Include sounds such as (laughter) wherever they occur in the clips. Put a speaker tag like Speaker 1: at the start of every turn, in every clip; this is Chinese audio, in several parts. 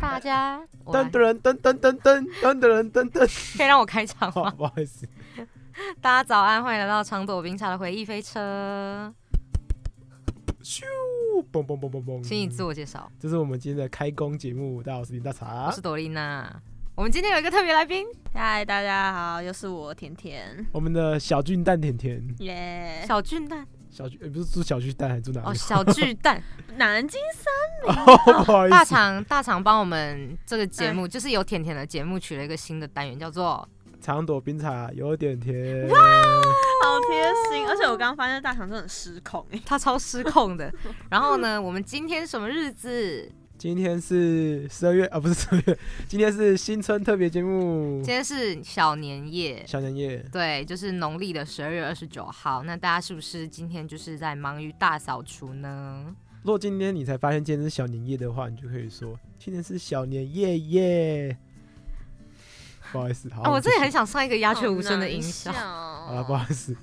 Speaker 1: 大家，我来
Speaker 2: 噔噔噔噔噔噔噔噔噔噔。
Speaker 1: 可以让我开场
Speaker 2: 好，
Speaker 1: 吗？
Speaker 2: 不好意思，
Speaker 1: (laughs)
Speaker 2: 哦
Speaker 1: 大家早安，欢迎来到长朵冰茶的回忆飞车。
Speaker 2: 咻，嘣嘣嘣嘣嘣。
Speaker 1: 请你自我介绍，
Speaker 2: 这是我们今天的开工节目，大家好，我是林大
Speaker 1: 我
Speaker 2: 茶
Speaker 1: 是。朵琳娜。我们今天有一个特别来宾，
Speaker 3: 嗨，大家好，又是我甜甜，
Speaker 2: 我们的小俊蛋甜甜，
Speaker 3: 耶、
Speaker 1: 小巨蛋
Speaker 2: 小巨、呃不是住小巨蛋，还住哪
Speaker 1: 哦，
Speaker 2: (laughs) 里？
Speaker 1: 小巨蛋
Speaker 3: 南京
Speaker 2: 哦，不好意
Speaker 1: 大
Speaker 2: 思，
Speaker 1: 厂大厂帮我们这个节目，就是有甜甜的节目取了一个新的单元，叫做
Speaker 2: 长朵冰茶有点甜。
Speaker 3: 好贴心，而且我刚刚发现大肠真的很失控哎、
Speaker 1: 他超失控的。然后呢，我们今天什么日子？
Speaker 2: 今天是十二月啊，不是十二月，今天是新春特别节目
Speaker 1: 今，天是小年夜，
Speaker 2: 小年夜。
Speaker 1: 对，就是农历的十二月二十九号。那大家是不是今天就是在忙于大扫除呢？
Speaker 2: 如果今天你才发现今天是小年夜的话，你就可以说今天是小年夜耶。不好意思，好，
Speaker 1: 啊，我真
Speaker 2: 哦这
Speaker 1: 的很想上一个鸦雀无声的音效。
Speaker 3: 哦
Speaker 2: 好了，不好意思，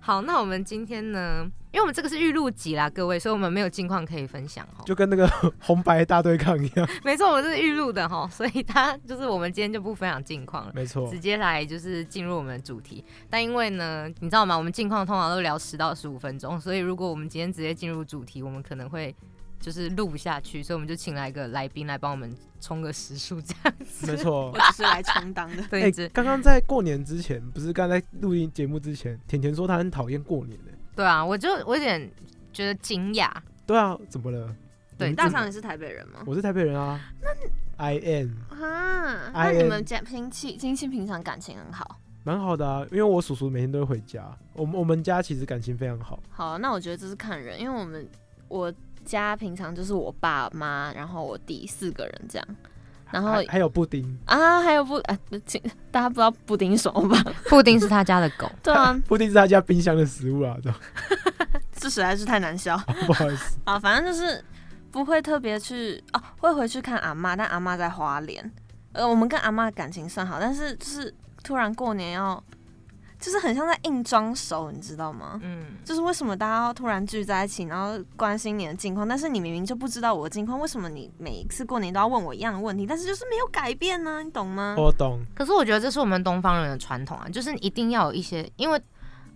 Speaker 1: 好，那我们今天呢，因为我们这个是预录集啦，各位，所以我们没有近况可以分享
Speaker 2: (laughs)
Speaker 1: 哦。
Speaker 2: 就跟那个红白大对抗一样，
Speaker 1: 没错，我们是预录的哈，所以他就是我们今天就不分享近况了。
Speaker 2: 没
Speaker 1: (laughs)
Speaker 2: 错
Speaker 1: 直，接来就是进入我们的主题。但因为呢，你知道吗？我们近况通常都聊十到十五分钟，所以如果我们今天直接进入主题，我们可能会就是录不下去，所以我们就请来一个来宾来帮我们冲个时数，这样，
Speaker 2: 没错
Speaker 3: 我。只是来充当的
Speaker 1: 对
Speaker 2: 哎、
Speaker 1: 这
Speaker 2: 刚刚在过年之前，不是刚才录音节目之前，甜甜说她很讨厌过年呢、
Speaker 1: 对啊，我就我有点觉得惊讶，
Speaker 2: 对啊，怎么了？
Speaker 1: 对
Speaker 2: 你
Speaker 3: 大
Speaker 2: 怎么
Speaker 3: 肠你是台北人吗？
Speaker 2: 我是台北人啊。那 I am
Speaker 3: 啊，那
Speaker 2: I am
Speaker 3: 你们家亲戚亲戚平常感情很好，
Speaker 2: 蛮好的啊，因为我叔叔每天都会回家，我们我们家其实感情非常好。
Speaker 3: 好，那我觉得这是看人，因为我们我家平常就是我爸妈，然后我弟四个人这样。然后
Speaker 2: 还还有布丁，
Speaker 3: 啊，还有布啊，亲大家不知道布丁是什么吧？
Speaker 1: 布丁是他家的狗。
Speaker 3: (laughs) 对啊，
Speaker 2: 布丁是他家冰箱的食物啊，对吧
Speaker 3: 这实在是太难笑。
Speaker 2: (laughs) 不好意思。
Speaker 3: 啊，反正就是不会特别去哦，会回去看阿妈，但阿妈在花莲。呃，我们跟阿妈感情算好，但是就是突然过年要，就是很像在硬装熟，你知道吗？
Speaker 1: (laughs) 嗯，
Speaker 3: 就是为什么大家要突然聚在一起，然后关心你的近况，但是你明明就不知道我的近况，为什么你每一次过年都要问我一样的问题，但是就是没有改变啊呢、你懂吗？
Speaker 2: 我懂，
Speaker 1: 可是我觉得这是我们东方人的传统啊，就是一定要有一些，因为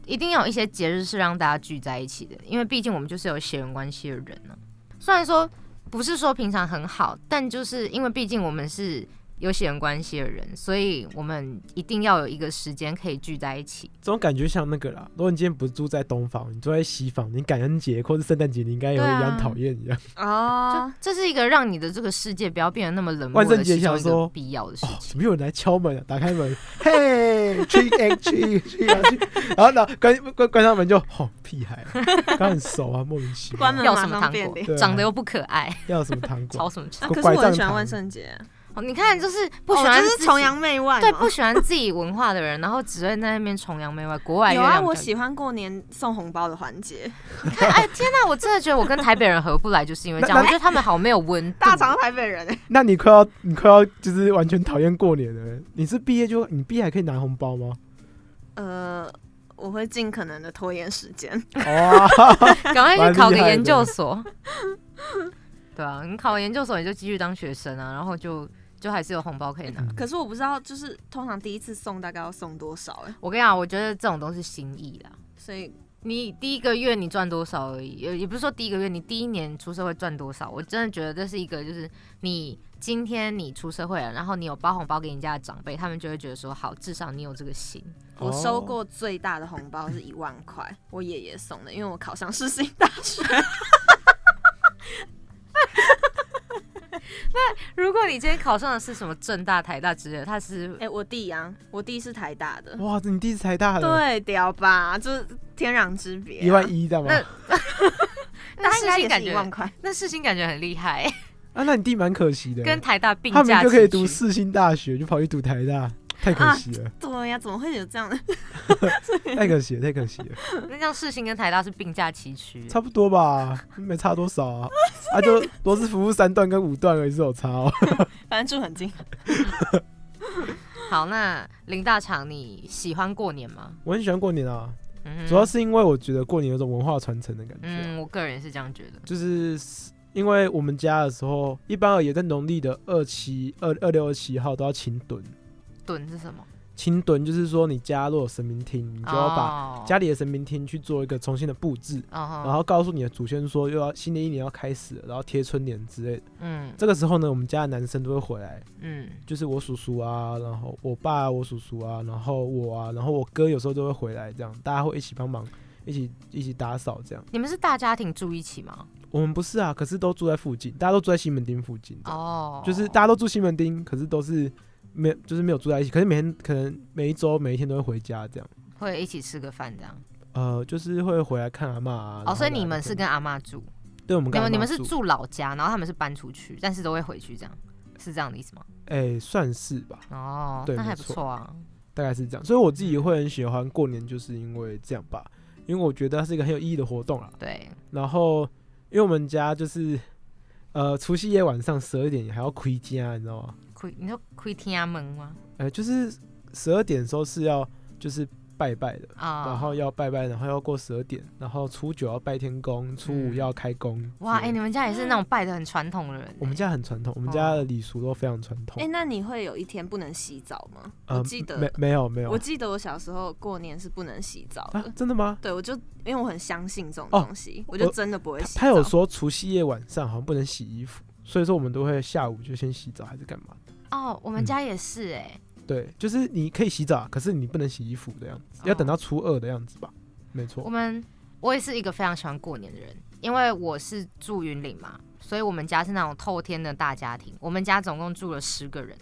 Speaker 1: 一定要有一些节日是让大家聚在一起的，因为毕竟我们就是有血缘关系的人呢、虽然说不是说平常很好，但就是因为毕竟我们是有血缘关系的人，所以我们一定要有一个时间可以聚在一起。
Speaker 2: 这种感觉像那个啦。如果你今天不是住在东方，你住在西方，你感恩节或是圣诞节，你应该也会
Speaker 1: 对啊
Speaker 2: 一样讨厌一样。
Speaker 3: 哦
Speaker 1: 就，这是一个让你的这个世界不要变得那么冷漠
Speaker 2: 万圣
Speaker 1: 的
Speaker 2: 节
Speaker 1: 其中一
Speaker 2: 想说
Speaker 1: 个必要的事
Speaker 2: 哦，
Speaker 1: 情。
Speaker 2: 怎么有人来敲门啊？打开门，嘿，trick and treat，去啊去，然后呢，关关关上门就，哦，屁孩，刚很熟啊，莫名其妙。
Speaker 3: 关门
Speaker 1: 要
Speaker 3: 马
Speaker 1: 什么
Speaker 3: 上
Speaker 1: 糖
Speaker 3: 变
Speaker 1: 果
Speaker 2: (laughs)
Speaker 3: 脸。
Speaker 2: 对啊
Speaker 1: 长得又不可爱，
Speaker 2: 要什么糖
Speaker 1: 吵
Speaker 2: 果？
Speaker 1: 什么吵？
Speaker 3: 啊，
Speaker 2: 拐
Speaker 3: 可是我
Speaker 2: 拐杖
Speaker 3: 很喜欢
Speaker 2: 糖
Speaker 3: 万圣节，
Speaker 1: 哦你看，就是不
Speaker 3: 我
Speaker 1: 喜
Speaker 3: 就
Speaker 1: 欢自
Speaker 3: 是
Speaker 1: 己
Speaker 3: 崇洋媚外嘛，
Speaker 1: 对，不喜欢自己文化的人，然后只会在那边崇洋媚外。国外
Speaker 3: 有
Speaker 1: 月
Speaker 3: 啊，
Speaker 1: 亮比
Speaker 3: 我
Speaker 1: 较
Speaker 3: 喜欢过年送红包的环节。
Speaker 1: 圆哎，天哪！我真的觉得我跟台北人合不来，就是因为这样。
Speaker 2: 那
Speaker 1: 我觉得他们好没有温
Speaker 2: (laughs)
Speaker 1: 度。
Speaker 3: 大肠台北人、欸，
Speaker 2: 那你快要，你快要就是完全讨厌过年了。你是毕业就，你毕业还可以拿红包吗？
Speaker 3: 呃，我会尽可能的拖延时间。
Speaker 2: 哇，
Speaker 1: 赶快去考个研究所。对啊，你考研究所你就继续当学生啊，然后就就还是有红包可以拿。
Speaker 3: (laughs) 可是我不知道，就是通常第一次送大概要送多少哎、
Speaker 1: 我跟你讲，我觉得这种都是心意啦。
Speaker 3: 所以
Speaker 1: 你第一个月你赚多少而已，也也不是说第一个月，你第一年出社会赚多少，我真的觉得这是一个，就是你今天你出社会了，然后你有包红包给你家的长辈，他们就会觉得说，好，至少你有这个心。
Speaker 3: 我收过最大的红
Speaker 2: 哦
Speaker 3: 包是一万块， (laughs) 我爷爷送的，因为我考上世新 (laughs) 大学。
Speaker 1: 如果你今天考上的是什么正大、台大之类的，他是
Speaker 3: 哎、我弟啊，我弟是台大的，
Speaker 2: 哇，你第一次才大了，
Speaker 3: 对，屌吧，就是天壤之别、啊。
Speaker 2: 一万一，知道吗？
Speaker 1: 那那
Speaker 3: 大家应
Speaker 1: 世
Speaker 3: 该
Speaker 1: 新
Speaker 3: 也
Speaker 1: 感
Speaker 3: 是一
Speaker 1: 觉
Speaker 3: 万块，
Speaker 1: 那世新感觉很厉害，
Speaker 2: 啊，那你弟蛮可惜的，
Speaker 1: 跟台大并
Speaker 2: 啊他
Speaker 1: 驾齐
Speaker 2: 们就
Speaker 1: 驱。
Speaker 2: 可以读四星大学，就跑去读台大，太可惜了，
Speaker 3: 对呀、怎么会有这样的？ (laughs)
Speaker 2: 太可惜了，太可惜了，
Speaker 1: 那像世新跟台大是并驾齐驱。
Speaker 2: 差不多吧，没差多少 (laughs) 啊，啊，就罗斯福三段跟五段而已，是有差哦。
Speaker 3: 反正住很近，
Speaker 1: 好，那林大厂，你喜欢过年吗？
Speaker 2: 我很喜欢过年啊，
Speaker 1: 嗯哼
Speaker 2: 主要是因为我觉得过年有种文化传承的感觉啊、
Speaker 1: 嗯，我个人也是这样觉得。
Speaker 2: 就是因为我们家的时候，一般而言在农历的二七、二二六、二七号都要清蹲。
Speaker 1: 盾是什么？
Speaker 2: 清蹲就是说，你家若有神明厅，你就要把
Speaker 1: 把
Speaker 2: 家里的神明厅去做一个重新的布置，然
Speaker 1: 然
Speaker 2: 后告诉你的祖先说又要新的一年要开始了，然后贴春联之类的。
Speaker 1: 嗯
Speaker 2: 这个时候呢，我们家的男生都会回来，
Speaker 1: 嗯
Speaker 2: 就是我叔叔啊，然后我爸、我叔叔啊，然后我啊，然后我哥有时候都会回来，这样大家会一起帮忙，一起一起打扫这样。
Speaker 1: 你们是大家庭住一起吗？
Speaker 2: 我们不是啊，可是都住在附近，大家都住在西门町附近的，
Speaker 1: 哦，
Speaker 2: 就是大家都住西门町，可是都是没有就是没有住在一起，可是每天可能每一周每一天都会回家这样，
Speaker 1: 会一起吃个饭这样。哦
Speaker 2: 呃，就是会回来看阿妈啊。然后
Speaker 1: 所以
Speaker 2: 来
Speaker 1: 你们是
Speaker 2: 看
Speaker 1: 跟阿妈住，
Speaker 2: 对我们
Speaker 1: 你
Speaker 2: 跟阿
Speaker 1: 们
Speaker 2: 嬷
Speaker 1: 你们是住老家，然后他们是搬出去，但是都会回去这样，是这样的意思吗？
Speaker 2: 哎、算是吧，
Speaker 1: 哦，
Speaker 2: 对
Speaker 1: 那还
Speaker 2: 没
Speaker 1: 不
Speaker 2: 错
Speaker 1: 错啊。
Speaker 2: 大概是这样，所以我自己会很喜欢过年，就是因为这样吧，因为我觉得它是一个很有意义的活动啊啦。
Speaker 1: 对，
Speaker 2: 然后因为我们家就是呃除夕夜晚上十二点还要回家，你知道吗？
Speaker 1: 亏你说亏天安门吗？
Speaker 2: 呃，就是十二点的时候是要就是拜拜的。
Speaker 1: 啊，
Speaker 2: 然后要拜拜，然后要过十二点，然后初九要拜天公，初五
Speaker 1: 嗯
Speaker 2: 要开工。
Speaker 1: 哇，哎、
Speaker 2: 哎、
Speaker 1: 你们家也是那种拜的很传统的人欸、
Speaker 2: 我们家很传统，我们家的礼俗都非常传统
Speaker 3: 哦哎、。那你会有一天不能洗澡吗？
Speaker 2: 呃
Speaker 3: 我记得
Speaker 2: 没没有没有
Speaker 3: 我记得我小时候过年是不能洗澡的。
Speaker 2: 啊？真的吗？
Speaker 3: 对，我就因为我很相信这种
Speaker 2: 哦
Speaker 3: 东西，我就
Speaker 2: 我
Speaker 3: 真的不会洗澡。
Speaker 2: 他有说除夕夜晚上好像不能洗衣服，所以说我们都会下午就先洗澡还是干嘛的？
Speaker 1: 哦，我们家也是哎、
Speaker 2: 对，就是你可以洗澡，可是你不能洗衣服的样
Speaker 1: 哦
Speaker 2: 子，要等到初二的样子吧？没
Speaker 1: 我
Speaker 2: 错。
Speaker 1: 们我也是一个非常喜欢过年的人，因为我是住云岭嘛，所以我们家是那种透天的大家庭。我们家总共住了十个人，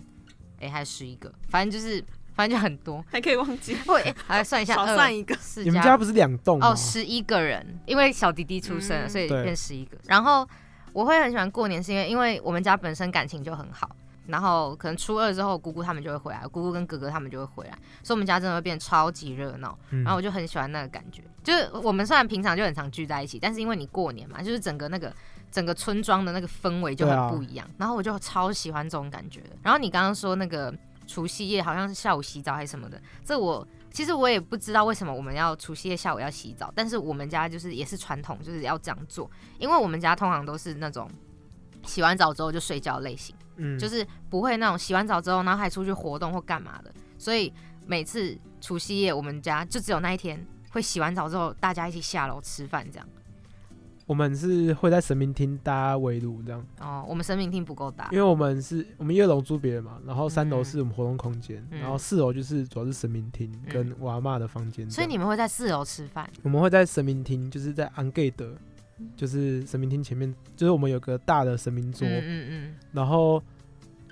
Speaker 1: 哎、还是十一个，反正就是 (laughs) 反正就很多。
Speaker 3: 还可以忘 (laughs) 记，
Speaker 1: 我、哎来算一下，
Speaker 3: 少
Speaker 1: 二
Speaker 3: 算一个。
Speaker 1: 四
Speaker 2: 你们家
Speaker 1: 加
Speaker 2: 不是两栋吗？
Speaker 1: 哦，十一个人，因为小弟弟出生了，
Speaker 3: 嗯
Speaker 1: 所以
Speaker 2: 对
Speaker 1: 变十一个。然后我会很喜欢过年，是因为因为我们家本身感情就很好，然后可能初二之后，姑姑他们就会回来，姑姑跟哥哥他们就会回来，所以我们家真的会变超级热闹。
Speaker 2: 嗯
Speaker 1: 然后我就很喜欢那个感觉，就是我们虽然平常就很常聚在一起，但是因为你过年嘛，就是整个那个整个村庄的那个氛围就
Speaker 2: 对啊
Speaker 1: 很不一样。然后我就超喜欢这种感觉的。然后你刚刚说那个除夕夜好像是下午洗澡还是什么的，这我其实我也不知道为什么我们要除夕夜下午要洗澡，但是我们家就是也是传统，就是要这样做，因为我们家通常都是那种洗完澡之后就睡觉类型。
Speaker 2: 嗯
Speaker 1: 就是不会那种洗完澡之后，然后还出去活动或干嘛的。所以每次除夕夜，我们家就只有那一天会洗完澡之后，大家一起下楼吃饭这样。
Speaker 2: 我们是会在神明厅搭围炉这样，
Speaker 1: 哦，我们生命厅不够
Speaker 2: (laughs)
Speaker 1: 大
Speaker 2: 因，为我们是我们一二楼租别人嘛，然后三楼
Speaker 1: 嗯
Speaker 2: 是我们活动空间，
Speaker 1: 嗯
Speaker 2: 然后四楼就是主要是神明厅跟我阿嬷的房间这样。
Speaker 1: 所以你们会在四楼吃饭。
Speaker 2: 我们会在神明厅，就是在 a n g a t
Speaker 1: 嗯
Speaker 2: 就是神明厅前面，就是我们有个大的神明桌，
Speaker 1: 嗯嗯
Speaker 2: 然后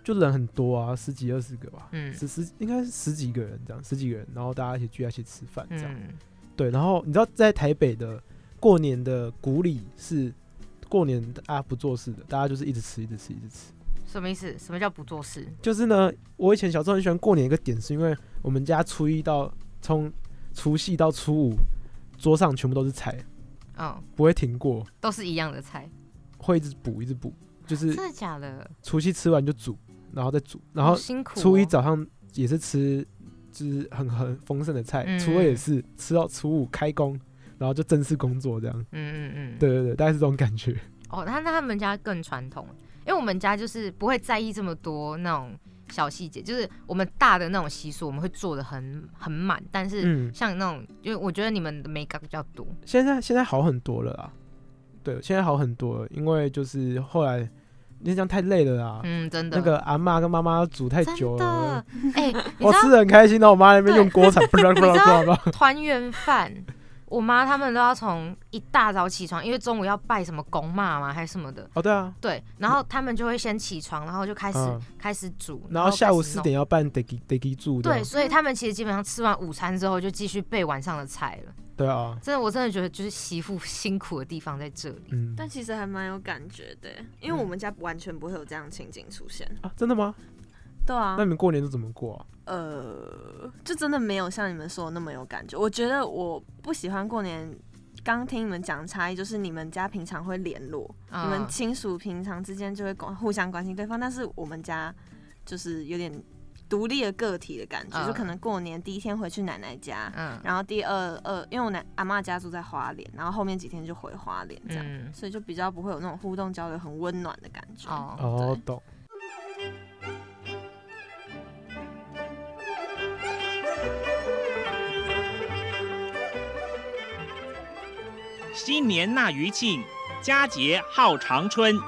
Speaker 2: 就人很多啊，十几二十个吧，
Speaker 1: 嗯
Speaker 2: 十十应该是十几个人这样，十几个人，然后大家一起聚在一起吃饭这样。
Speaker 1: 嗯
Speaker 2: 对，然后你知道在台北的过年的古礼是过年大家不做事的，大家就是一直吃，一直吃，一直吃。
Speaker 1: 嗯，什么意思？什么叫不做事？
Speaker 2: 就是呢，我以前小时候很喜欢过年一个点，是因为我们家初一到从除夕到初五，桌上全部都是菜，
Speaker 1: 嗯，
Speaker 2: 不会停过。
Speaker 1: 都是一样的菜，
Speaker 2: 会一直补，一直补，就是
Speaker 1: 真的假的？
Speaker 2: 除夕吃完就煮，然后再煮，然
Speaker 1: 好
Speaker 2: 后
Speaker 1: 辛苦哦、
Speaker 2: 初一早上也是吃，就是很很丰盛的菜，
Speaker 1: 嗯
Speaker 2: 初二也是吃到初五开工，然后就正式工作这样。
Speaker 1: 嗯，嗯嗯嗯，
Speaker 2: 对对对，大概是这种感觉。
Speaker 1: 哦，那那他们家更传统，因为我们家就是不会在意这么多那种小细节，就是我们大的那种习俗，我们会做的很很满，但是
Speaker 2: (laughs) 嗯，
Speaker 1: 像那种，因为我觉得你们的美感比较多，
Speaker 2: 现在现在好很多了啦，对，现在好很多了，因为就是后来那这样太累了啦。
Speaker 1: 嗯，真的，
Speaker 2: 啊那个阿嬷跟妈妈煮太久
Speaker 1: 真的
Speaker 2: 了，，
Speaker 1: 哎、你
Speaker 2: 我
Speaker 1: 知
Speaker 2: 吃的很开心，然后哦我妈在那边
Speaker 1: 对
Speaker 2: 用锅铲，不知道不知道
Speaker 1: (laughs) 你
Speaker 2: 不
Speaker 1: 知
Speaker 2: 知
Speaker 1: 道
Speaker 2: (laughs) 道不知道
Speaker 1: 道团圆饭，我妈他们都要从一大早起床，因为中午要拜什么公妈嘛，还是什么的。
Speaker 2: 哦，对啊，
Speaker 1: 对，然后他们就会先起床，然后就开始、
Speaker 2: 嗯
Speaker 1: 开始煮，
Speaker 2: 然后下午
Speaker 1: 开始哦
Speaker 2: 四
Speaker 1: 弄
Speaker 2: 点要办 d e g i d e g i 住，
Speaker 1: 对，所以他们其实基本上吃完午餐之后就继续备晚上的菜了。
Speaker 2: 对啊，
Speaker 1: 真的，我真的觉得就是媳妇辛苦的地方在这里。
Speaker 2: 嗯，
Speaker 3: 但其实还蛮有感觉的，欸因为我们家完全不会有这样的情景出现。
Speaker 2: 啊，真的吗？
Speaker 3: 对啊
Speaker 2: 那，你们过年都怎么过啊？
Speaker 3: 呃，就真的没有像你们说的那么有感觉。我觉得我不喜欢过年。刚听你们讲差异，就是你们家平常会联络，
Speaker 1: 嗯
Speaker 3: 你们亲属平常之间就会关互相关心对方，但是我们家就是有点独立的个体的感觉，
Speaker 1: 嗯
Speaker 3: 就可能过年第一天回去奶奶家，
Speaker 1: 嗯
Speaker 3: 然后第二二，因为我奶阿妈家住在花莲，然后后面几天就回花莲这样，
Speaker 1: 嗯，
Speaker 3: 所以就比较不会有那种互动交流很温暖的感觉。
Speaker 1: 哦，
Speaker 2: 哦，懂。
Speaker 4: 新年纳余庆，佳节号长春。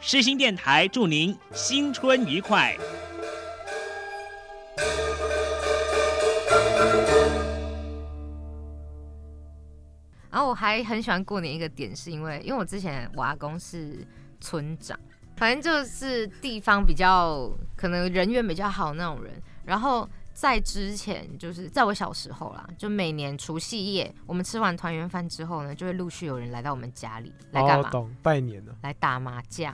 Speaker 4: 诗心电台祝您新春愉快。
Speaker 1: 然后我还很喜欢过年一个点，是因为因为我之前我阿公是村长，反正就是地方比较可能人缘比较好那种人。然后在之前，就是在我小时候啦，就每年除夕夜，我们吃完团圆饭之后呢，就会陆续有人来到我们家里来干
Speaker 2: 哦
Speaker 1: 嘛，？
Speaker 2: 懂，拜年呢。
Speaker 1: 来打麻将。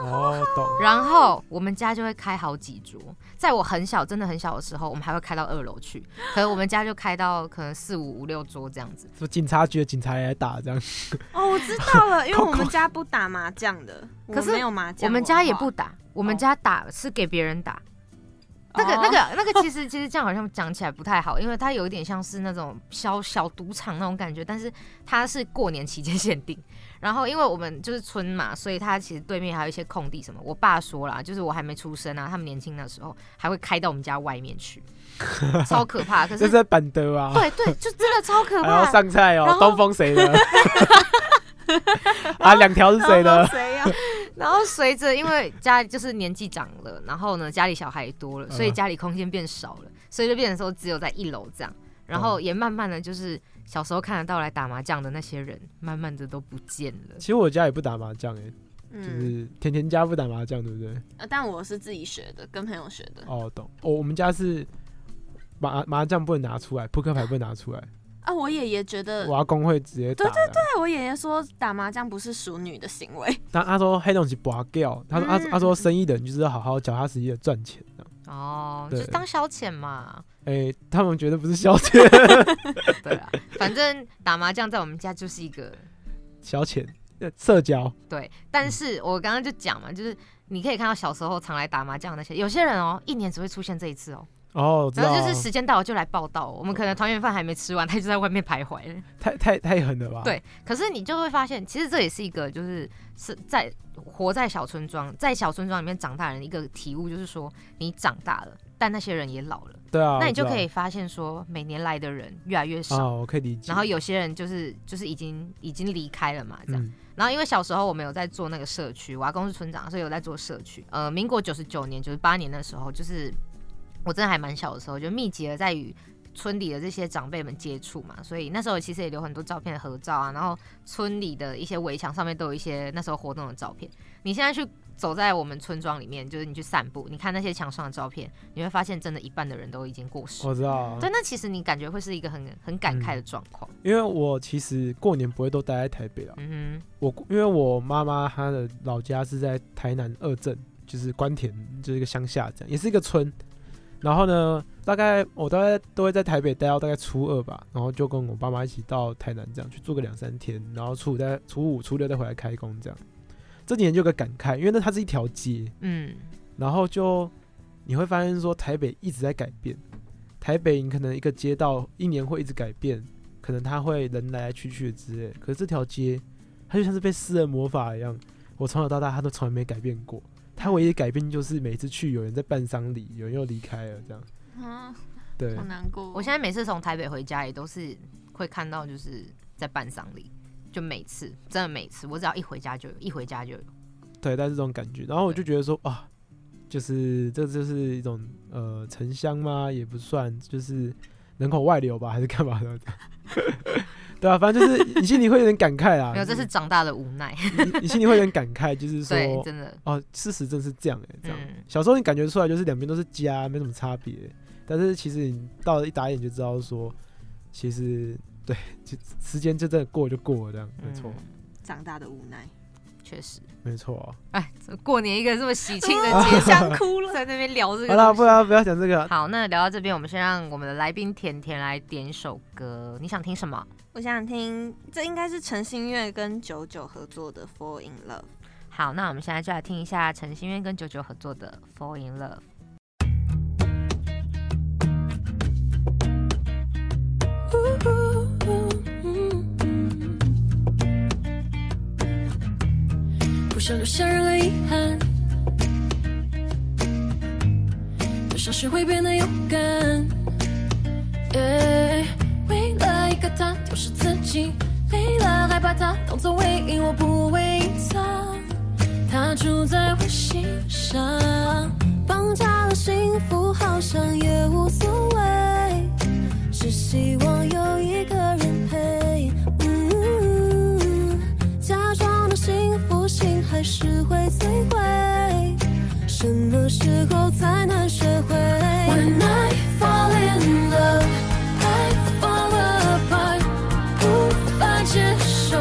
Speaker 2: 哦，懂。
Speaker 1: 然后我们家就会开好几桌，在我很小，真的很小的时候，我们还会开到二楼去，可能我们家就开到可能四五五六桌这样子。
Speaker 2: 是不是警察局的警察也来打这样？
Speaker 3: 哦，我知道了，因为我们家不打麻将的，
Speaker 1: 可是
Speaker 3: 我没有麻将，
Speaker 1: 我们家也不，打，我们家打是给别人打。
Speaker 3: 哦
Speaker 1: 那个、
Speaker 3: (laughs)
Speaker 1: 那个、那个， (laughs) 其实其实这样好像讲起来不太好，因为它有一点像是那种小小赌场那种感觉，但是它是过年期间限定。然后因为我们就是村嘛，所以它其实对面还有一些空地什么。我爸说啦，就是我还没出生啊，他们年轻的时候还会开到我们家外面去，超可怕。可
Speaker 2: (laughs) 这
Speaker 1: 是
Speaker 2: 是在板德
Speaker 1: (laughs)
Speaker 2: 啊，
Speaker 1: 对对，就真的超可
Speaker 2: 还要
Speaker 1: 怕。
Speaker 2: 上菜
Speaker 1: 然
Speaker 2: 哦，
Speaker 1: 后
Speaker 2: 东风谁的？啊，两条是谁的？
Speaker 3: 谁
Speaker 1: (laughs)
Speaker 3: 呀？
Speaker 1: 然后随着因为家里就是年纪长了，然后呢家里小孩也多了，所以
Speaker 2: 嗯
Speaker 1: 家里空间变少了，所以就变成说只有在一楼这样。然
Speaker 2: 嗯
Speaker 1: 后也慢慢的就是小时候看得到来打麻将的那些人，慢慢的都不见了。
Speaker 2: 其实我家也不打麻将哎，就
Speaker 3: 嗯，
Speaker 2: 是甜甜家不打麻将，对不对？
Speaker 3: 呃但我是自己学的，跟朋友学的。
Speaker 2: 哦，懂。哦，我们家是麻麻将不能拿出来，扑克牌不能拿出来，
Speaker 3: 啊，我爷爷觉得，
Speaker 2: 我阿公会直接打。啊
Speaker 3: 对
Speaker 2: 对对。
Speaker 3: 对我爷爷说打麻将不是淑女的行
Speaker 1: (laughs)
Speaker 3: 为，
Speaker 2: 他他说黑东西不掉，他说他
Speaker 3: 嗯
Speaker 2: 他说生意人就是要好好脚踏实地的赚钱这样。
Speaker 1: 哦，就是
Speaker 2: 对
Speaker 1: 当消遣
Speaker 2: (laughs)
Speaker 1: 嘛，
Speaker 2: 哎，他们觉得不是消遣，
Speaker 1: 对啊，反正打麻将在我们家就是一个
Speaker 2: 消遣呃社交。
Speaker 1: 对，但是我刚刚就讲嘛，就是你可以看到小时候常来打麻将的那些，有些人哦，一年只会出现这一次哦，
Speaker 2: 哦，我知
Speaker 1: 然
Speaker 2: 道
Speaker 1: 后
Speaker 2: 啊。
Speaker 1: 就是时间到了就来报道，我们可能团圆饭还没吃完，他就在外面徘徊了。
Speaker 2: 太太太狠了吧？
Speaker 1: 对可是你就会发现，其实这也是一个就是是在活在小村庄，在小村庄里面长大的人一个体悟，就是说你长大了，但那些人也老了，
Speaker 2: 对啊，
Speaker 1: 那你就
Speaker 2: 我知道
Speaker 1: 可以发现说，每年来的人越来越少。
Speaker 2: 啊，我可以理解。
Speaker 1: 然后有些人就是就是已经已经离开了嘛，这样。
Speaker 2: 嗯，
Speaker 1: 然后因为小时候我们有在做那个社区，我阿公是村长，所以有在做社区。呃，民国九十九年、九十八年的时候，就是我真的还蛮小的时候，就密集的在与村里的这些长辈们接触嘛，所以那时候其实也留很多照片合照啊，然后村里的一些围墙上面都有一些那时候活动的照片。你现在去走在我们村庄里面，就是你去散步，你看那些墙上的照片，你会发现真的一半的人都已经过世。
Speaker 2: 我知道啊，
Speaker 1: 对，那其实你感觉会是一个很很感慨的状况。
Speaker 2: 因为我其实过年不会都待在台北啦。啊
Speaker 1: 嗯
Speaker 2: 我因为我妈妈她的老家是在台南二镇，就是关田，就是一个乡下这样，也是一个村。然后呢，大概我大概都会在台北待到大概初二吧，然后就跟我爸妈一起到台南这样去住个两三天，然后初五再初五初六再回来开工这样。这几年就有个感慨，因为那它是一条街，
Speaker 1: 哼，嗯，
Speaker 2: 然后就你会发现说，台北一直在改变。台北，你可能一个街道一年会一直改变，可能它会人来来去去之类。可是这条街，它就像是被私人魔法一样，我从小到大它都从来没改变过。它唯一的改变就是每次去有人在办丧礼，有人又离开了，这样。
Speaker 3: 嗯，
Speaker 2: 对
Speaker 3: 好，难过。
Speaker 1: 啊我现在每次从台北回家，也都是会看到就是在办丧礼，就每次真的每次，我只要一回家就有，一回家就有。
Speaker 2: 对，但是这种感觉，然后我就觉得说啊，就是这就是一种呃城乡吗？也不算，就是人口外流吧，还是干嘛的？ (laughs) 对啊，反正就是你心里会有点感慨啦。
Speaker 1: 没有，这是长大的无奈。
Speaker 2: 你你心里会有点感慨，就是
Speaker 1: 对，
Speaker 2: 说
Speaker 1: 真的，
Speaker 2: 哦，事实真是这样哎、这样。
Speaker 1: 嗯
Speaker 2: 小时候你感觉出来就是两边都是家，没什么差别，但是其实你到了一打眼就知道说，其实时间就真的过就过了，这样没错，
Speaker 1: 嗯
Speaker 3: 长大的无奈，
Speaker 1: 确实。
Speaker 2: 没错啊。
Speaker 1: 哎，这过年一个这么喜庆
Speaker 2: (laughs)
Speaker 1: 的
Speaker 3: 姐
Speaker 1: 节日，
Speaker 3: 想哭了。
Speaker 1: 在那边聊这个
Speaker 2: 好了，
Speaker 1: 东西。
Speaker 2: 不要不要讲这个啊，
Speaker 1: 好，那聊到这边，我们先让我们的来宾甜甜来点一首歌，你想听什么？
Speaker 3: (laughs) 我想听，这应该是陈星月跟九九合作的《Fall in Love》。
Speaker 1: 好，那我们现在就来听一下陈星渊跟九九合作的《Fall in Love》。
Speaker 5: 不想留下任何遗憾，多少事会变得勇敢。Yeah, 哎为了一个他丢失自己，累了还把他当作唯一，我不会隐藏，他住在我心上，绑架了幸福，好像也无所谓。只希望有一个人陪。嗯，假装的幸福，心还是会摧毁。什么时候才能学会？When I fall in love, I fall apart。无法接受，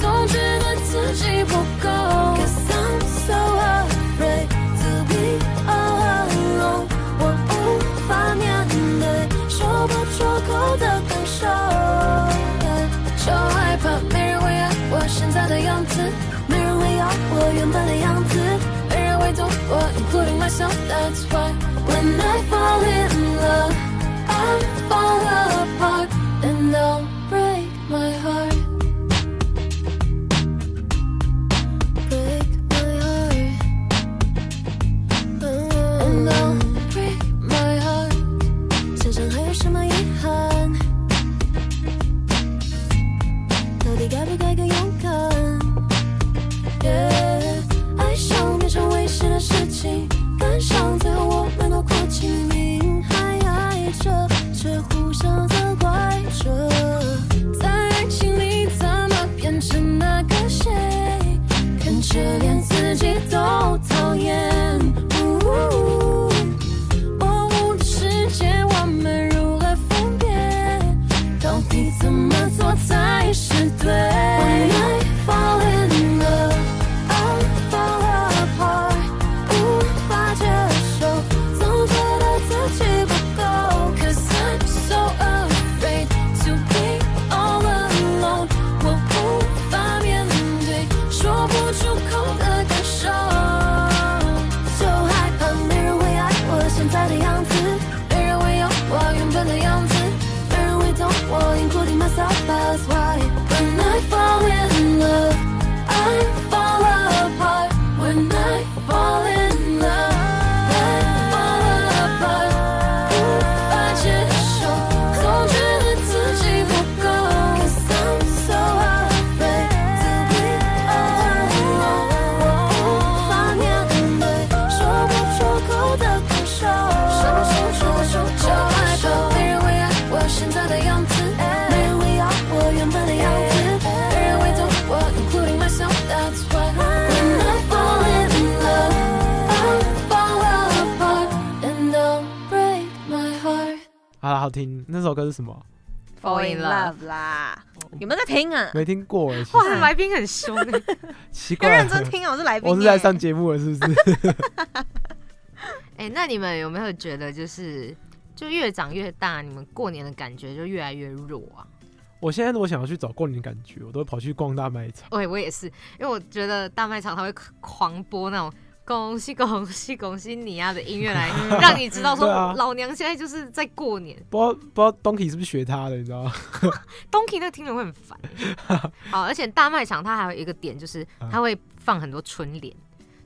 Speaker 5: 总觉得自己不够。Cause I'm so afraid to be all alone。我无法面对说不出口的感受，yeah，就害怕没人会爱我现在的样子，没人会要我原本的样子，没人会懂我，including myself。That's why when I fall in love, I fall apart and I'll break my heart. Break my heart. And I'll Oh, break my heart. 身上还有什么遗憾？到底该不该更勇敢？Yeah，爱上变成危险的事情，感伤最后我们都哭泣，明明还爱着，却互相责怪着。在爱情里怎么变成那个谁？看着连自己都讨厌。呜模糊的世界，我们如何分辨？到底怎么做才是对？When I fall in love, I fall apart，无法接受，总觉得自己不够。Cause I'm so afraid to be all alone，我无法面对说不出口的感受，就害怕没人会爱我现在的样子，没人会有我原本的样子。没人会懂我，including myself. That's why when I fall in love, I fall apart. When I fall in love, I fall apart. 无法接受，总觉得自己不够。Cause I'm so afraid to be alone. 我无法面对说不出口的感受，说不出说不出就害怕没人会爱我现在的样子，没人会要我原本的样子，没人会懂我，including myself. That's why when I fall in love, I fall apart and I'll break my heart.
Speaker 2: 好了，好听。那首歌是什么？
Speaker 1: Fall in love
Speaker 3: 啦，有没有在听
Speaker 2: (laughs)
Speaker 3: 啊？
Speaker 2: 没听过哎，其实
Speaker 1: 哇，来宾很凶的，
Speaker 2: 奇
Speaker 3: 要
Speaker 2: 怪
Speaker 3: 认，真听啊，我是来宾耶。
Speaker 2: 我是来上节目了，是 (laughs) 不是？
Speaker 1: 哎、那你们有没有觉得就是就越长越大，你们过年的感觉就越来越弱啊？
Speaker 2: 我现在如果想要去找过年的感觉，我都会跑去逛大卖场。
Speaker 1: 对，我也是，因为我觉得大卖场它会狂播那种。恭喜恭喜恭喜你啊的音乐
Speaker 2: (laughs)
Speaker 1: 来，让你知道说
Speaker 2: 对啊
Speaker 1: 老娘现在就是在过年。
Speaker 2: 不知道不知道 Donkey 是不是学他的，你知道吗？ (laughs)
Speaker 1: Donkey 那个听着会很烦欸。好，而且大卖场它还有一个点就是
Speaker 2: 嗯
Speaker 1: 它会放很多春联，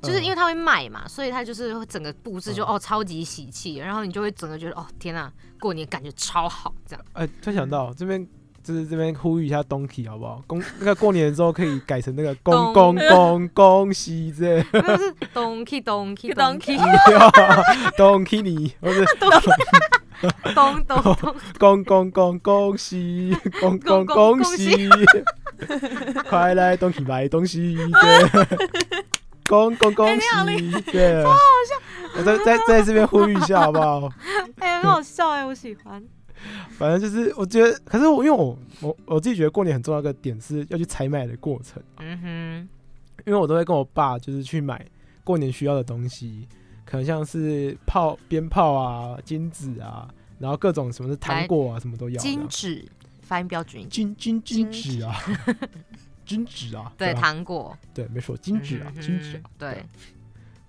Speaker 1: 就是因为它会卖嘛，所以它就是会整个布置就
Speaker 2: 嗯
Speaker 1: 哦超级喜气，然后你就会整个觉得哦天呐，过年感觉超好这样。
Speaker 2: 哎，突然想到这边。就是这边呼吁一下 Donkey 好不好？恭那个过年之后可以改成那个恭
Speaker 1: 咚
Speaker 2: 恭恭恭喜之类的 (laughs) 啊
Speaker 1: 没有就是 Donkey Donkey
Speaker 3: Donkey
Speaker 1: Donkey
Speaker 2: ，Donkey 你
Speaker 3: (laughs)
Speaker 2: 或者
Speaker 1: 咚咚咚，
Speaker 2: (laughs) 恭恭恭恭喜，恭
Speaker 1: 恭
Speaker 2: 恭
Speaker 1: 恭
Speaker 2: 恭喜， (laughs) 快来东西买东西， (laughs) 对，恭恭恭喜，对，我再再在这边呼吁一下好不好？
Speaker 1: 哎，很好笑哎，我喜欢。
Speaker 2: 反正就是我觉得，可是我因为我我我自己觉得过年很重要一个点是要去采买的过程，
Speaker 1: 嗯
Speaker 2: 因为我都会跟我爸就是去买过年需要的东西，可能像是炮鞭炮啊、金子啊，然后各种什么的糖果啊，什么都
Speaker 1: 哼，
Speaker 2: 要这
Speaker 1: 金
Speaker 2: 样。
Speaker 1: 纸发音标准一点，
Speaker 2: 金金金
Speaker 3: 金
Speaker 2: 纸
Speaker 1: (laughs)
Speaker 2: 啊，金纸啊，
Speaker 1: 对，
Speaker 2: 啊，
Speaker 1: 糖果，
Speaker 2: 对，没错，金纸啊
Speaker 1: 嗯，哼
Speaker 2: 金纸啊，
Speaker 1: 对，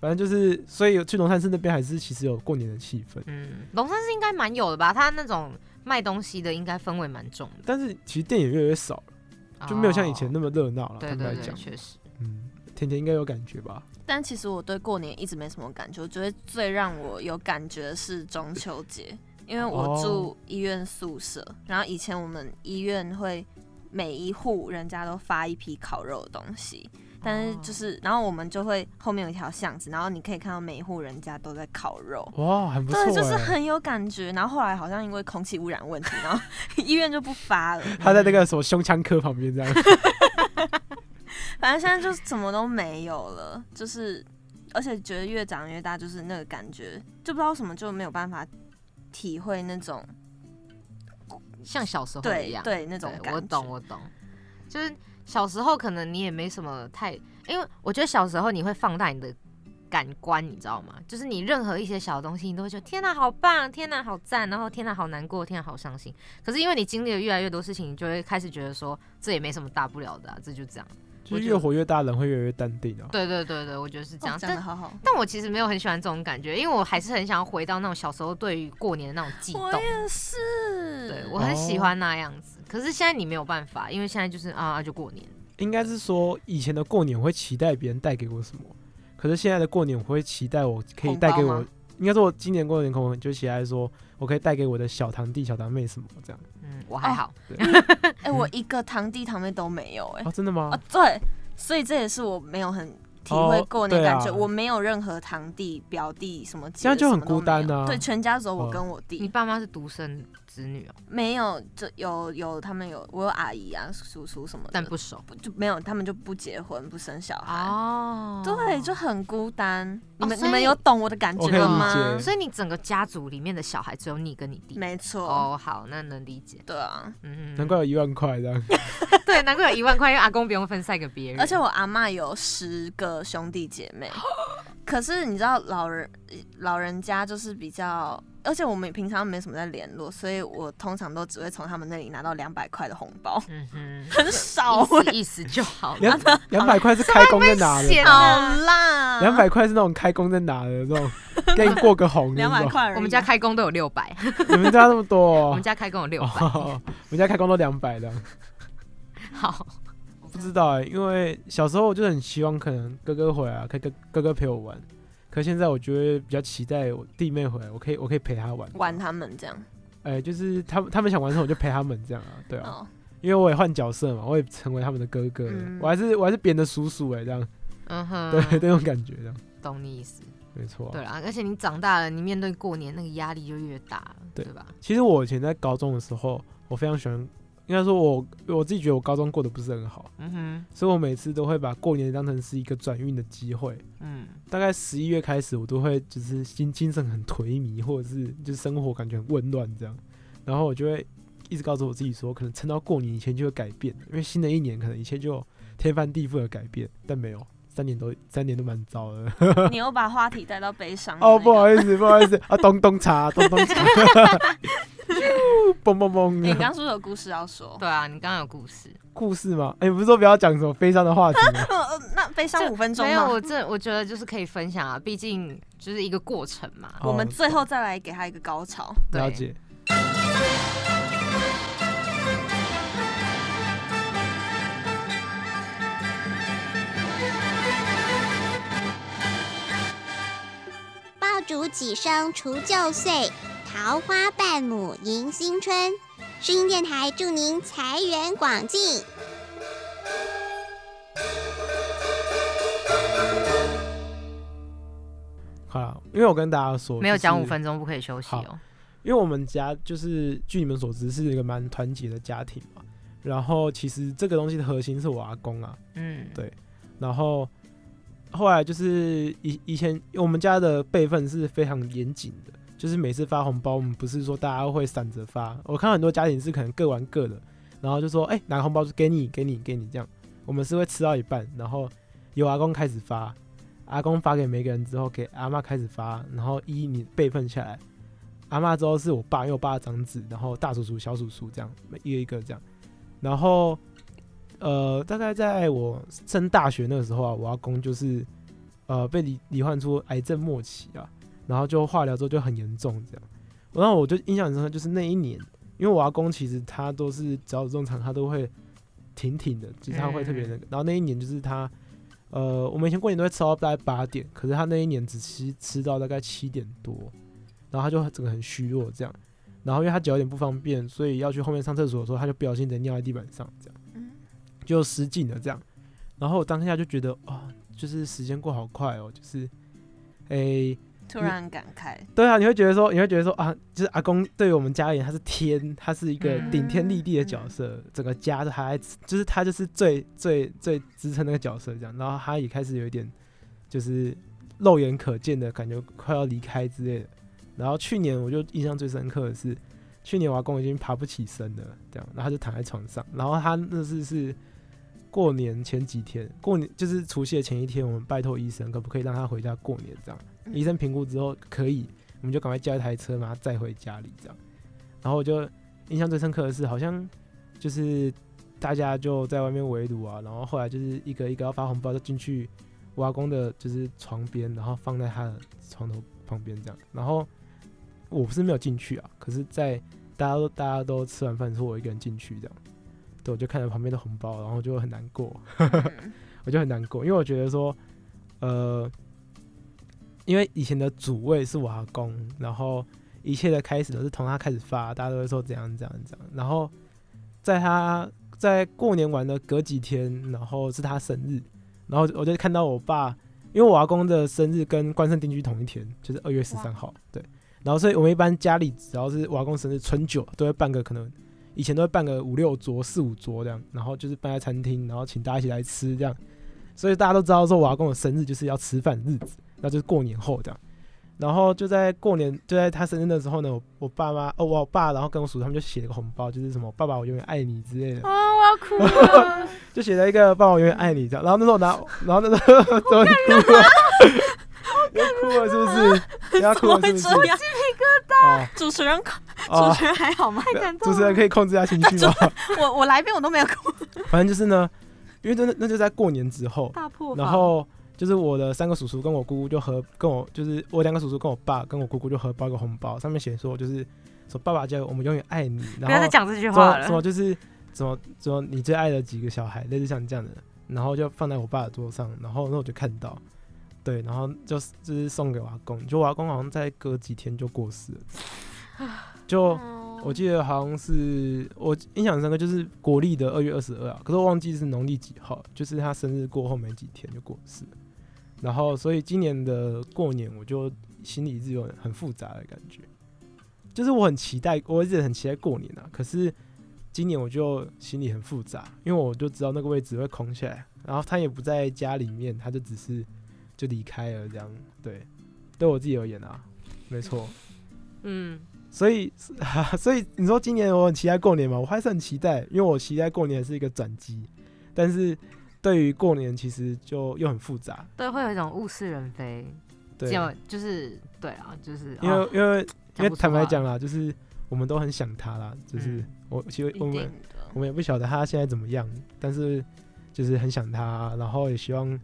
Speaker 2: 反正就是，所以去龙山寺那边还是其实有过年的气氛。
Speaker 1: 嗯，龙山寺应该蛮有的吧？它那种卖东西的应该氛围蛮重
Speaker 2: 但是其实电影越来越少了，
Speaker 1: 的，
Speaker 2: 就没有像以前
Speaker 1: 哦
Speaker 2: 那么热闹了。
Speaker 1: 对
Speaker 2: 坦白
Speaker 1: 对对，
Speaker 2: 讲，
Speaker 1: 确实，
Speaker 2: 嗯，甜甜应该有感觉吧？
Speaker 3: 但其实我对过年一直没什么感觉，我觉得最让我有感觉的是中秋节，因为我住医院宿舍，
Speaker 2: 哦
Speaker 3: 然后以前我们医院会每一户人家都发一批烤肉的东西，但是
Speaker 2: 哦
Speaker 3: 就是，然后我们就会后面有一条巷子，然后你可以看到每一户人家都在烤肉。
Speaker 2: 哇，很不错、欸。
Speaker 3: 对，就是很有感觉。然后后来好像因为空气污染问题，然后 (laughs) 医院就不发了。
Speaker 2: 他在那个什么胸腔科旁边这样。
Speaker 1: (laughs)
Speaker 3: 反正现在就是什么都没有了，就是而且觉得越长越大，就是那个感觉，就不知道为什么就没有办法体会那种
Speaker 1: 像小时候一
Speaker 3: 对
Speaker 1: 样，
Speaker 3: 对那种
Speaker 1: 对
Speaker 3: 感觉。哦
Speaker 1: 我懂，我懂，就是小时候可能你也没什么太，因为我觉得小时候你会放大你的感官，你知道吗？就是你任何一些小东西，你都会觉得天哪、好棒，天哪、好赞，然后天哪、好难过，天哪、好伤心。可是因为你经历了越来越多事情，你就会开始觉得说这也没什么大不了的、啊，这就这样。
Speaker 2: 就是越活越大，人会越来越淡定啊。
Speaker 1: 对对对对，我觉得是这样。
Speaker 3: 哦讲的
Speaker 1: 但
Speaker 3: 好好。
Speaker 1: 但我其实没有很喜欢这种感觉，因为我还是很想要回到那种小时候对于过年的那种悸动
Speaker 3: 我。也是，
Speaker 1: 对我很喜欢那样子，可是现在你没有办法，因为现在就是啊，就过年。
Speaker 2: 应该是说以前的过年我会期待别人带给我什么，可是现在的过年我会期待我可以带给
Speaker 3: 红包
Speaker 2: 我
Speaker 3: 吗，
Speaker 2: 应该说我今年过年可能就期待说我可以带给我的小堂弟、小堂妹什么这样。
Speaker 1: 嗯，我还
Speaker 3: 哦
Speaker 1: 好，
Speaker 3: 哎、我一个堂弟堂妹都没有、哎、
Speaker 2: 啊，真的吗
Speaker 3: 哦？对，所以这也是我没有很体会过那
Speaker 2: 哦对啊
Speaker 3: 感觉，我没有任何堂弟表弟什么姐，
Speaker 2: 这样就很
Speaker 3: 什么都
Speaker 2: 孤单
Speaker 3: 没有
Speaker 2: 啊
Speaker 3: 对，全家只有
Speaker 2: 哦
Speaker 3: 我跟我弟，
Speaker 1: 你爸妈是独生子女哦，
Speaker 3: 没有，就有有他们有我有阿姨啊、叔叔什么的，
Speaker 1: 但不熟
Speaker 3: 不就没有他们就不结婚不生小孩，
Speaker 1: 哦
Speaker 3: 对，就很孤单。你们
Speaker 1: 所以
Speaker 3: 你们有懂我的感
Speaker 2: 我
Speaker 3: 觉
Speaker 2: 可以
Speaker 3: 了
Speaker 2: 理
Speaker 3: 吗
Speaker 2: 解？
Speaker 1: 所以你整个家族里面的小孩只有你跟你弟。
Speaker 3: 没错，
Speaker 1: 哦，好，那能理解。
Speaker 3: 对啊，
Speaker 1: 嗯，
Speaker 2: 难怪有一万块这样。
Speaker 1: 对，难怪有一万块，因为阿公不用分散给别人。
Speaker 3: 而且我阿嬷有十个兄弟姐妹，
Speaker 1: (laughs)
Speaker 3: 可是你知道老人老人家就是比较。而且我们平常没什么在联络，所以我通常都只会从他们那里拿到两百块的红包， (laughs)
Speaker 1: 嗯哼，
Speaker 3: 很
Speaker 1: (laughs)
Speaker 3: 少
Speaker 1: 意思意思就好了。
Speaker 2: 两两百块是开工在拿的，
Speaker 1: 险
Speaker 3: 好
Speaker 1: 啊
Speaker 3: 啦，
Speaker 2: 两百块是那种开工在拿的那种，给你过个红的
Speaker 3: 两
Speaker 2: 那
Speaker 3: 百
Speaker 2: 种。
Speaker 3: 块而已啊，
Speaker 1: 我们家开工都有六百，
Speaker 2: 你们家那么多哦？
Speaker 1: 我们家开工有六百。
Speaker 2: 哦，我们家开工都两百的。
Speaker 1: (laughs) 好，
Speaker 2: 不知道哎、因为小时候我就很希望可能哥哥回来、啊，可以跟哥哥陪我玩。可现在我就会比较期待我弟妹回来，我可以我可以陪她玩
Speaker 3: 玩，他们这样。
Speaker 2: 哎、就是他们他们想玩什么我就陪他们这样啊，对啊，
Speaker 3: 哦，
Speaker 2: 因为我也换角色嘛，我也成为他们的哥哥了，
Speaker 3: 嗯
Speaker 2: 我还是我还是别人的叔叔哎、这样，
Speaker 1: 嗯哼，
Speaker 2: 对， (laughs) 那种感觉这样，
Speaker 1: 懂你意思。
Speaker 2: 没错啊、
Speaker 1: 对啦，而且你长大了，你面对过年那个压力就越大了，
Speaker 2: 对
Speaker 1: 吧？
Speaker 2: 其实我以前在高中的时候，我非常喜欢，应该说我我自己觉得我高中过得不是很好，
Speaker 1: 嗯哼，
Speaker 2: 所以我每次都会把过年当成是一个转运的机会，
Speaker 1: 嗯，
Speaker 2: 大概十一月开始，我都会就是心精神很颓靡，或者是就是生活感觉很混乱这样，然后我就会一直告诉我自己说，可能撑到过年以前就会改变，因为新的一年可能一切就天翻地覆的改变，但没有，三年都三年都蛮糟的。
Speaker 3: 哦你又把话题带到悲伤、
Speaker 2: (laughs) 哦，不
Speaker 3: 思，
Speaker 2: 好意思，不好意思啊，咚咚茶，咚咚茶， (laughs) 咻嘣嘣嘣。
Speaker 3: 你
Speaker 1: 哎
Speaker 3: 刚刚是不是有故事要说？
Speaker 1: 对啊，你刚刚有故事，
Speaker 2: (laughs) 故事吗？哎、你不是说不要讲什么悲伤的话题吗？
Speaker 3: 呃那悲伤
Speaker 1: 这
Speaker 3: 五分钟
Speaker 1: 没有，
Speaker 3: 吗？
Speaker 1: 我这我觉得就是可以分享啊，毕竟就是一个过程嘛。
Speaker 3: 我们
Speaker 2: 哦
Speaker 3: 最后再来给他一个高潮。
Speaker 1: (laughs) 对
Speaker 2: 了解。
Speaker 6: 爆竹几声除旧岁，桃花伴舞迎新春。声音电台祝您财源广进。
Speaker 2: 好了，因为我跟大家说，
Speaker 1: 没有讲
Speaker 2: 就是
Speaker 1: 五分钟不可以休息哦。
Speaker 2: 因为我们家就是据你们所知是一个蛮团结的家庭嘛，然后其实这个东西的核心是我阿公啊，
Speaker 1: 嗯，
Speaker 2: 对然后后来就是以以前我们家的辈分是非常严谨的，就是每次发红包，我们不是说大家会散着发，我看很多家庭是可能各玩各的，然后就说哎、拿个红包就给你给你给你这样，我们是会吃到一半，然后由阿公开始发，阿公发给每个人之后，给阿妈开始发，然后依你辈分下来，阿妈之后是我爸，因为我爸的长子，然后大叔叔、小叔叔这样，一个一个这样，然后呃，大概在我升大学那个时候啊，我阿公就是呃被罹罹患出癌症末期啊，然后就化疗之后就很严重这样，然后我就印象很深刻，就是那一年，因为我阿公其实他都是只要有这种场他都会挺挺的，就是他会特别那个，然后那一年就是他。呃，我们以前过年都会吃到大概八点，可是他那一年只吃吃到大概七点多，然后他就整个很虚弱这样。然后因为他脚有点不方便，所以要去后面上厕所的时候，他就不小心的尿在地板上，这样
Speaker 3: 嗯，
Speaker 2: 就失禁了这样。然后我当下就觉得啊、就是时间过好快哦，就是，诶、
Speaker 3: 突然感慨，
Speaker 2: (laughs) 对啊，你会觉得说，你会觉得说啊，就是阿公对于我们家而言，他是天，他是一个
Speaker 1: 嗯
Speaker 2: 顶天立地的角色，整个家都还在就是他就是最最最支撑那个角色这样，然后他也开始有一点就是肉眼可见的感觉快要离开之类的。然后去年我就印象最深刻的是，去年我阿公已经爬不起身了，这样，然后他就躺在床上，然后他那是是过年前几天，过年就是除夕的前一天，我们拜托医生可不可以让他回家过年这样。
Speaker 3: 嗯
Speaker 2: 医生评估之后可以，我们就赶快叫一台车把他载回家里这样。然后我就印象最深刻的是，好像就是大家就在外面围炉啊，然后后来就是一个一个要发红包，就进去我阿公的就是床边，然后放在他的床头旁边这样。然后我不是没有进去啊，可是，在大家都大家都吃完饭之后，我一个人进去这样。对，我就看着旁边的红包，然后就很难过。
Speaker 3: 嗯
Speaker 2: (laughs) 我就很难过，因为我觉得说，呃，因为以前的主位是我阿公，然后一切的开始都是从他开始发，大家都会说怎样怎样怎样，然后在他在过年完的隔几天，然后是他生日，然后我就看到我爸，因为我阿公的生日跟关圣定居同一天，就是二月十三号，对，然后所以我们一般家里只要是我阿公生日春酒，都会办个可能。以前都会办个五六桌、四五桌这样，然后就是办在餐厅，然后请大家一起来吃这样。所以大家都知道说我阿公的生日就是要吃饭的日子，那就是过年后这样。然后就在过年，就在他生日的时候呢，我我爸妈哦，我爸然后跟我叔他们就写了个红包，就是什么“爸爸我永远爱你”之类
Speaker 3: (laughs)
Speaker 2: 的，
Speaker 3: 哦，我要哭了，
Speaker 2: 就写了一个“爸爸我永远爱你”这样。然后那时候拿，然后
Speaker 3: (laughs)
Speaker 2: 那时候怎么你哭了？要哭了是不是？要
Speaker 3: 啊怎
Speaker 2: 哭
Speaker 3: 么
Speaker 2: 了
Speaker 3: 会
Speaker 2: 是不是？
Speaker 3: 这样？
Speaker 2: 哦
Speaker 3: 主持人，
Speaker 2: (laughs)
Speaker 3: 主
Speaker 2: 哦，
Speaker 3: 持人还好吗？
Speaker 2: (laughs) 主持人可以控制一下情
Speaker 3: (laughs)
Speaker 2: 绪吗？
Speaker 3: 我我来宾我都没有哭，
Speaker 2: 反正就是呢，因为真的那就在过年之后，
Speaker 3: 大破
Speaker 2: 然后就是我的三个叔叔跟我姑姑就合跟我就是我两个叔叔跟我爸跟我姑姑就合包一个红包，上面写说就是说爸爸加油，我们永远爱你。
Speaker 1: 不
Speaker 2: 然
Speaker 1: 要
Speaker 2: 后
Speaker 1: 再讲这句
Speaker 2: 什
Speaker 1: 话
Speaker 2: 么什
Speaker 1: 了。
Speaker 2: 么就是什么什么你最爱的几个小孩，类似像这样的，然后就放在我爸的桌上，然后那我就看到，对，然后就是就是送给我阿公，就我阿公好像再隔几天就过世了，就。
Speaker 5: 哦
Speaker 2: 我记得好像是我印象很深刻，就是国历的二月二十二啊，可是我忘记是农历几号，就是他生日过后没几天就过世了。然后，所以今年的过年，我就心里一直有很复杂的感觉，就是我很期待，我一直很期待过年啊。可是今年我就心里很复杂，因为我就知道那个位置会空下来，然后他也不在家里面，他就只是就离开了这样。对，对我自己而言啊，没错。
Speaker 1: 嗯，
Speaker 2: 所以， (laughs) 所以你说今年我很期待过年嘛？我还是很期待，因为我期待过年是一个转机，但是对于过年其实就又很复杂，
Speaker 1: 对，会有一种物是人非，
Speaker 2: 对，
Speaker 1: 就就是对啊，就是
Speaker 2: 因为、
Speaker 1: 哦
Speaker 2: 因为因
Speaker 1: 讲
Speaker 2: 为
Speaker 1: 不出
Speaker 2: 坦白
Speaker 1: 话
Speaker 2: 讲啦，就是我们都很想他啦，就是、
Speaker 1: 嗯
Speaker 2: 我其实
Speaker 3: 一
Speaker 2: 我们
Speaker 3: 定的，
Speaker 2: 我们也不晓得他现在怎么样，但是就是很想他，然后也希望，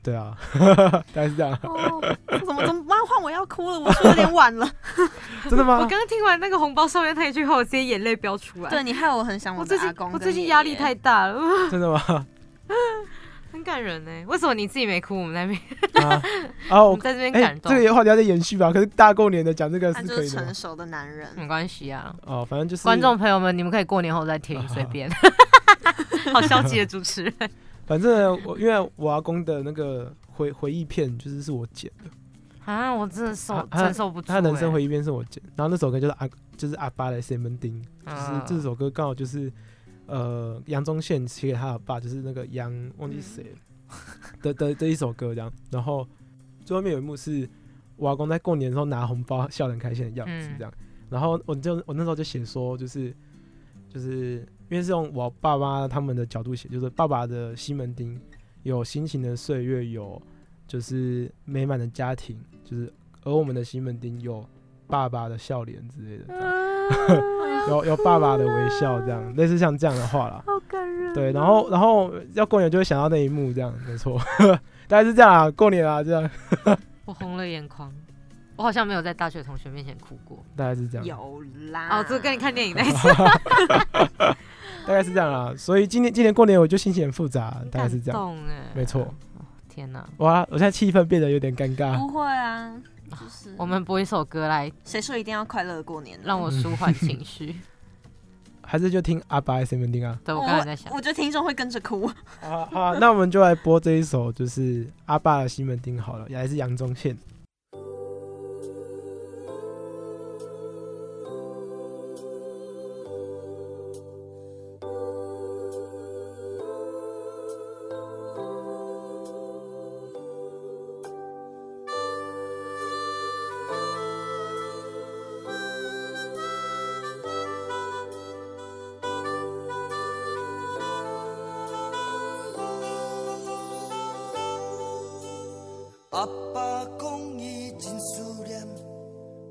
Speaker 2: 对啊， (laughs) 大概是这样，
Speaker 3: 哦，怎么怎么，换我要哭了，我说有点晚了，
Speaker 2: 真的
Speaker 1: 我
Speaker 2: 吗
Speaker 1: 刚？刚听完那个红包上面那一句话，我直接眼泪飙出
Speaker 3: (laughs)
Speaker 1: 来。
Speaker 3: 对，你害我很想
Speaker 1: 我
Speaker 3: 的
Speaker 1: 最近
Speaker 3: 阿公
Speaker 1: 我
Speaker 3: 跟
Speaker 1: 最近
Speaker 3: 爷
Speaker 1: 压力
Speaker 3: 爷
Speaker 1: 太大了， (laughs) 哇
Speaker 2: (laughs) 真的吗？
Speaker 1: 很感人呢。为什么你自己没哭？我们在那边，
Speaker 2: 啊，然后
Speaker 1: 我
Speaker 2: 我
Speaker 1: 们在这边
Speaker 2: 哎
Speaker 1: 感，动
Speaker 2: 这，个话题要再延续吧。可是大过年的讲这个
Speaker 3: 他
Speaker 2: 是
Speaker 3: 就
Speaker 2: 可
Speaker 3: 是
Speaker 2: 以的吗嗯
Speaker 3: 成？熟的男人，
Speaker 1: 没关系啊。
Speaker 2: 哦，反正就是
Speaker 1: 观众朋友们，你们可以过年后再听，随便。 (laughs) 好消极的主持人，
Speaker 2: 反正我因为我阿公的那个回回忆片，就是是我剪的，
Speaker 1: 啊，我真的受
Speaker 2: 他
Speaker 1: 承受不住欸。
Speaker 2: 他人生回忆片是我剪，然后那首歌就是阿就是阿爸的《谁门丁》，就是
Speaker 1: 啊
Speaker 2: 这首歌刚好就是呃杨宗宪写给他的爸，就是那个杨
Speaker 1: 嗯
Speaker 2: 忘记谁了的的的一首歌这样，然后最后面有一幕是我阿公在过年的时候拿红包笑得很开心的样子
Speaker 1: 嗯
Speaker 2: 这样。然后我就我那时候就写说，就是就是因为是用我爸妈他们的角度写，就是爸爸的西门町有辛勤的岁月，有就是美满的家庭，就是而我们的西门町有爸爸的笑脸之类的这样。有有爸爸的微笑，这样类似像这样的话啦。
Speaker 3: 好感人哦
Speaker 2: 对，然后然后要过年就会想到那一幕，这样没错， (laughs) 大概是这样啊，过年啊，这样
Speaker 1: (laughs) 我红了眼眶。我好像没有在大学同学面前哭过。
Speaker 2: 大概是这样，
Speaker 3: 有啦。
Speaker 1: 哦，这个跟你看
Speaker 2: (laughs)
Speaker 1: 电影那一次
Speaker 2: 大概是这样啊。所以今年今年过年我就心情很复杂，大概是这
Speaker 1: 感
Speaker 2: 样，
Speaker 1: 动哎，
Speaker 2: 没错。
Speaker 1: 天哪，
Speaker 2: 哇，我现在气氛变得有点尴尬。
Speaker 1: 哦
Speaker 3: 不会啊，就是
Speaker 1: 我们播一首歌来
Speaker 3: 谁说一定要快乐地过年的？
Speaker 1: 让我舒缓情
Speaker 2: (laughs)
Speaker 1: 绪。
Speaker 2: 还是就听阿爸 S M 定啊。
Speaker 1: 对，我刚才在想
Speaker 3: 我，觉得听众会跟着哭。
Speaker 2: 好啊好啊，那我们就来播这一首，就是阿爸的西门町好了，也还是杨宗宪。
Speaker 7: 阿爸讲伊真思念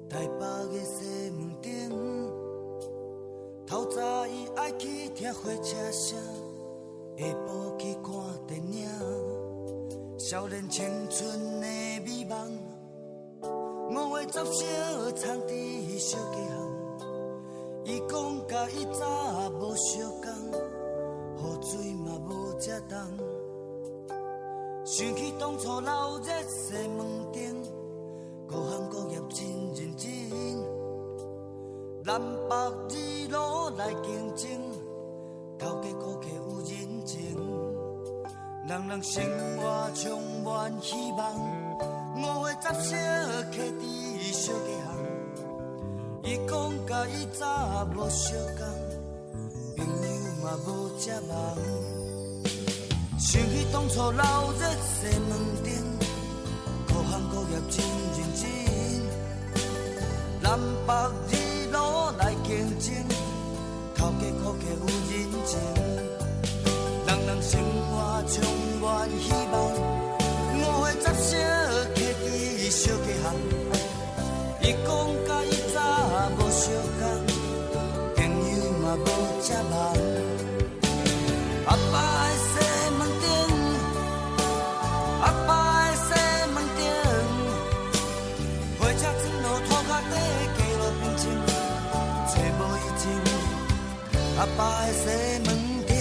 Speaker 7: 台北的西门町，透早伊爱去听火车声，下晡去看电影。少年青春的美梦，五月十小藏伫小街巷。伊讲甲伊早无相共，雨水嘛无遮重。想起当初闹热西门町，各行各业真认真，南北二路来竞争，头家顾客有人情，人人生活充满希望，五月十小客伫小街巷，伊讲甲伊早无相共，朋友嘛无遮忙。想起当初闹热西门町，各行各业真认真，南北二路来竞争，头家顾客有人情，人人生活充满希望，五月十小客伫小街巷，伊讲甲伊早无相共，朋友嘛无遮忙。阿爸的西门町，阿爸的西门町，火车转落土脚底，街路变清，找无伊情。阿爸的西门町。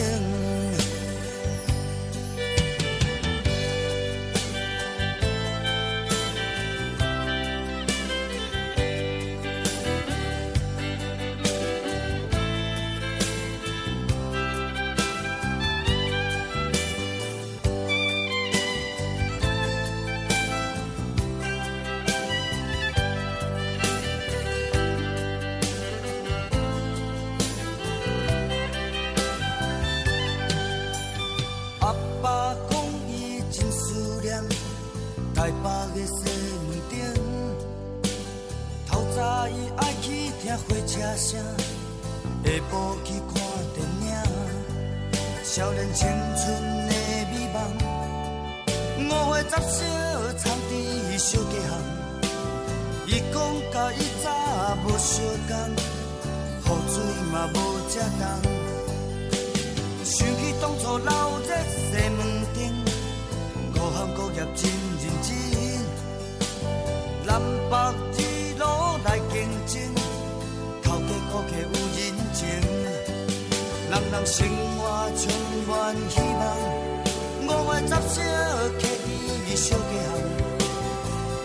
Speaker 7: 阿爸讲伊真思念台北的西门町，透早伊爱去听火车声，下晡去看电影，少年青春的美梦，五月十小藏伫小街巷，伊讲甲伊早无相共，雨水嘛无遮重。想起当初闹热西门町，各行各业真认真，南北二路来竞争，头家顾客有人情，人人生活充满希望，五月十小客伫小街巷，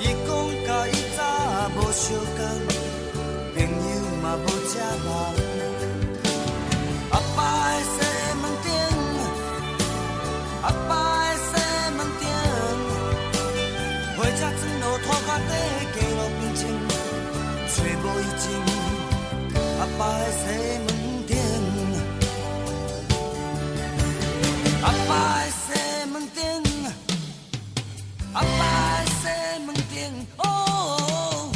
Speaker 7: 伊讲甲伊早无相共，朋友嘛无遮忙。阿爸的西门町，阿爸的西门町，火车转落土脚底，街路变清，找无伊情。阿爸的西门町，阿爸的西门町，阿爸的西门町，哦。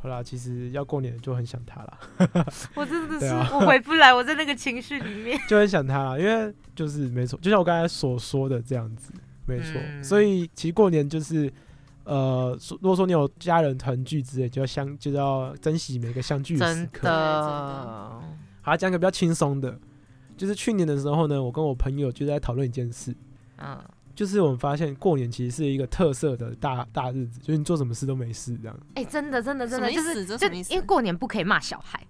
Speaker 2: 好啦，其实要过年就很想他啦，
Speaker 1: 我真的
Speaker 2: 对
Speaker 1: 是、
Speaker 2: 啊
Speaker 1: 我回不来，我在那个情绪里面。
Speaker 2: 就很想他啦，因为就是没错，就像我刚才所说的这样子，没错。
Speaker 1: 嗯
Speaker 2: 所以其实过年就是。呃，说如果说你有家人团聚之类，就要相就要珍惜每个相聚的时
Speaker 1: 真
Speaker 2: 刻。
Speaker 1: 的，
Speaker 2: 好，讲个比较轻松的，就是去年的时候呢，我跟我朋友就在讨论一件事，
Speaker 1: 嗯，
Speaker 2: 就是我们发现过年其实是一个特色的大大日子，就是你做什么事都没事这样。
Speaker 1: 哎、真的，真的，真
Speaker 3: 什么
Speaker 1: 的，
Speaker 3: 意
Speaker 1: 就
Speaker 3: 思
Speaker 1: 是
Speaker 3: 这
Speaker 1: 就
Speaker 3: 什么意思
Speaker 1: 因为过年不可以骂小孩，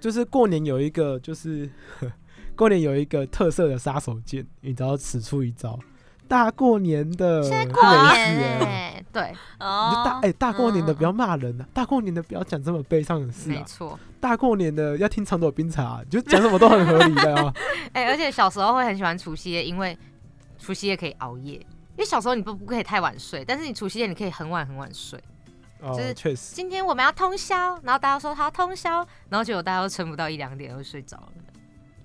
Speaker 2: 就是过年有一个就是 (laughs) 过年有一个特色的杀手锏，你只要使出一招，大过年的
Speaker 3: 现在
Speaker 2: 就
Speaker 3: 过
Speaker 2: 没事
Speaker 3: 年
Speaker 2: 了
Speaker 1: 哎、对，
Speaker 2: 你就大
Speaker 3: 哦
Speaker 2: 哎、，大过年的
Speaker 3: 嗯
Speaker 2: 不要骂人啊，大过年的不要讲这么悲伤的事
Speaker 1: 没
Speaker 2: 啊，
Speaker 1: 错，
Speaker 2: 大过年的要听长岛冰茶啊、就讲什么都很合理的啊。
Speaker 1: 哎、而且小时候会很喜欢除夕夜，因为除夕夜可以熬夜，因为小时候你不不可以太晚睡，但是你除夕夜你可以很晚很晚睡。
Speaker 2: 哦
Speaker 1: 就是，
Speaker 2: 确实，
Speaker 1: 今天我们要通宵，然后大家说好通宵，然后结果大家都撑不到一两点就睡着了，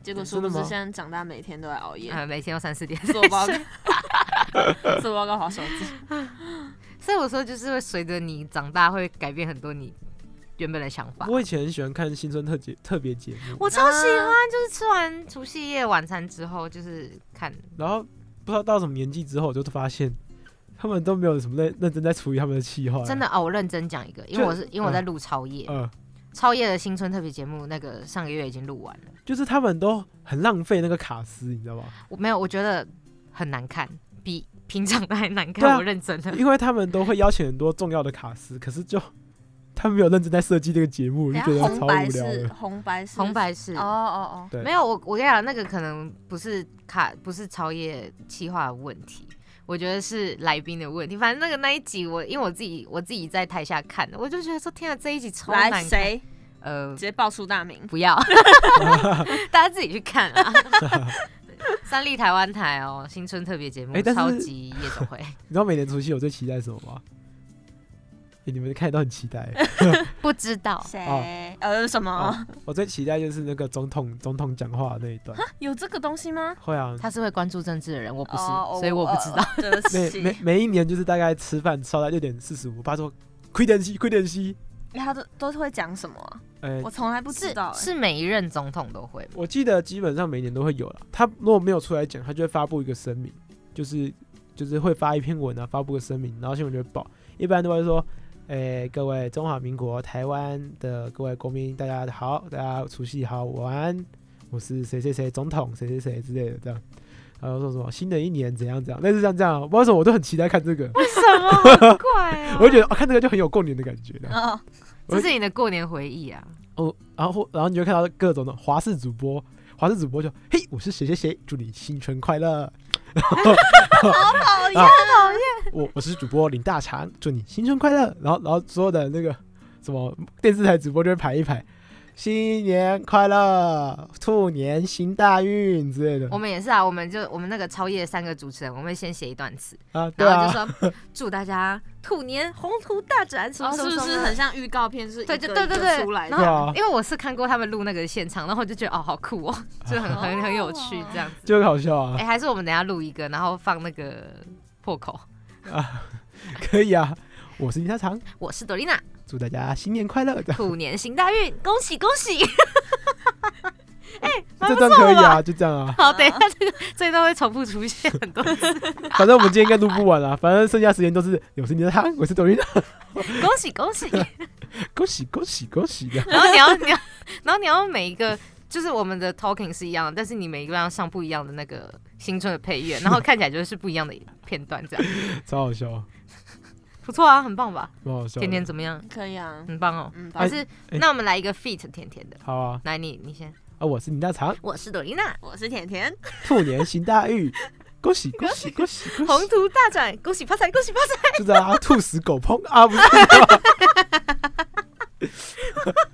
Speaker 3: 结果殊
Speaker 2: 真
Speaker 3: 不
Speaker 2: 的
Speaker 3: 知
Speaker 2: 吗
Speaker 3: 现在长大每天都在熬夜，
Speaker 1: 呃，每天都三四点。
Speaker 3: 做报告， (laughs) 做报告划手机。
Speaker 1: (laughs) 所以我说就是会随着你长大会改变很多你原本的想法。
Speaker 2: 我以啊前很喜欢看新春特节特别节目，
Speaker 1: 我超喜欢，就是吃完除夕夜晚餐之后，就是看
Speaker 2: 然后不知道到什么年纪之后，我就发现他们都没有什么认认真在处理他们的气话，
Speaker 1: 真的哦，我认真讲一个，因为
Speaker 2: 就
Speaker 1: 我是因为我在录超夜，
Speaker 2: 嗯。
Speaker 1: 超夜的新春特别节目那个上个月已经录完了，
Speaker 2: 就是他们都很浪费那个卡斯，你知道吗？
Speaker 1: 我没有，我觉得很难看，比平常的还难
Speaker 2: 对
Speaker 1: 看，
Speaker 2: 啊
Speaker 1: 我认真 (laughs) 的。
Speaker 2: 因为他们都会邀请很多重要的卡斯，可是就他们没有认真在设计这个节目，我就
Speaker 3: 等
Speaker 2: 觉得
Speaker 3: 下红
Speaker 2: 超
Speaker 3: 白
Speaker 2: 无聊
Speaker 3: 是
Speaker 2: 的。
Speaker 3: 红白是
Speaker 1: 红白是
Speaker 3: 哦哦哦，
Speaker 2: 对
Speaker 1: 没有，我我跟你讲，那个可能不是卡，不是超越企划的问题，我觉得是来宾的问题。反正那个那一集我，因为我自己我自己在台下看的，我就觉得说，天啊，这一集超难
Speaker 3: 来
Speaker 1: 看。
Speaker 3: 谁
Speaker 1: 呃
Speaker 3: 直，接报出大名？
Speaker 1: 不要， (laughs) 大家自己去看啊。 (laughs) 三立台湾台哦，新春特别节目，
Speaker 2: 哎但是
Speaker 1: 超级夜总会， (laughs)
Speaker 2: 你知道每年除夕我最期待什么吗？诶你们看都很期待。
Speaker 1: 不知道
Speaker 3: 谁？呃，什
Speaker 1: 哦
Speaker 3: 么？
Speaker 2: 我最期待就是那个总统总统讲话的那一段。
Speaker 3: (laughs) 有这个东西吗？
Speaker 2: 会啊，
Speaker 1: 他是会关注政治的人，我不是，
Speaker 3: 哦
Speaker 1: 所以我不知道。。
Speaker 3: 哦对
Speaker 1: (laughs)
Speaker 3: 不
Speaker 2: 每
Speaker 3: 起，
Speaker 2: 每每一年就是大概吃饭吃到六点四十五，我爸说快点吸，快点吸。
Speaker 3: 哎他都都会讲什么啊？
Speaker 2: 呃
Speaker 3: 我，从来不知道。哎
Speaker 1: 是每一任总统都会吗？
Speaker 2: 我记得基本上每年都会有了。他如果没有出来讲，他就会发布一个声明，就是就是会发一篇文啊，发布个声明，然后新闻就会报。一般都会说，诶、各位中华民国台湾的各位国民，大家好，大家除夕好，晚安，我是谁谁谁总统，谁谁谁之类的这样。然后说什么新的一年怎样怎样，类似像这样，不知道为什么我都很期待看这个，
Speaker 3: (laughs)
Speaker 1: 什么？好怪哦！
Speaker 2: 我就觉得、啊、看这个就很有过年的感觉这样
Speaker 3: 哦，
Speaker 1: 这是你的过年回忆啊。
Speaker 2: 哦，然后然后你就会看到各种的华视主播，华视主播就嘿，我是谁谁谁，祝你新春快乐。 (laughs)
Speaker 3: 讨
Speaker 2: 厌我我是主播林大肠，祝你新春快乐。然后然后所有的那个什么电视台主播就会排一排，新年快乐，兔年行大运之类的
Speaker 1: 我们也是啊，我们就我们那个超夜三个主持人，我们会先写一段词，
Speaker 2: 啊，对
Speaker 1: 然后
Speaker 2: 啊，
Speaker 1: 就说祝大家兔年宏图大展，什么什
Speaker 3: 哦是
Speaker 1: 么
Speaker 3: 不
Speaker 1: 什
Speaker 3: 是
Speaker 1: 么
Speaker 3: 很？像预告片？是一个
Speaker 1: 对，就对对
Speaker 3: 一个
Speaker 1: 对
Speaker 3: 出来，
Speaker 1: 然
Speaker 3: 的。
Speaker 2: 对啊
Speaker 1: 后因为我是看过他们录那个现场，然后我就觉得哦，好酷哦，就很很很有趣
Speaker 3: 哦
Speaker 1: 这样子。
Speaker 2: 就很好笑啊
Speaker 1: 哎，，还是我们等一下录一个，然后放那个破口。哎
Speaker 2: 可以啊。我是林大肠，
Speaker 1: 我是朵丽娜，
Speaker 2: 祝大家新年快乐。这样
Speaker 1: 兔年行大运，恭喜恭喜！ (laughs) 蛮不
Speaker 2: 这段可以啊，就这样啊。
Speaker 1: (laughs) 好，等一下这个这一段会重复出现很多次。 (laughs)
Speaker 2: (laughs) 反正我们今天应该录不完啊， (laughs) 反正剩下时间都 (laughs) 是我是林大肠，我是抖啊音，
Speaker 1: 恭喜恭喜！
Speaker 2: 恭喜恭喜恭喜的。
Speaker 1: 然后你要你要，然后你要每一个，就是我们的 talking 是一样的，但是你每一个要上不一样的那个新春的配乐，然后看起来就是不一样的片段，这样
Speaker 2: (laughs) 超好笑，
Speaker 1: 不错啊，很棒 (laughs) 吧？
Speaker 2: 蛮好笑的。
Speaker 1: 甜甜怎么样？
Speaker 3: 可以啊，
Speaker 1: 很棒哦。
Speaker 3: 嗯，
Speaker 1: 还
Speaker 3: 反正
Speaker 1: 是
Speaker 2: 哎
Speaker 1: 那我们来一个 feat 甜甜的，
Speaker 2: 好啊
Speaker 1: 来你你先，
Speaker 2: 啊！我是林大肠，
Speaker 1: 我是朵琳娜，
Speaker 3: 我是甜甜，
Speaker 2: (laughs) 兔年行大 (laughs) 运，恭喜恭喜恭 (laughs) 喜恭
Speaker 1: 宏
Speaker 2: 喜！
Speaker 1: 图大展，恭喜发财，恭喜发财！
Speaker 2: 就这样啊，兔死狗烹啊，不是。 (laughs)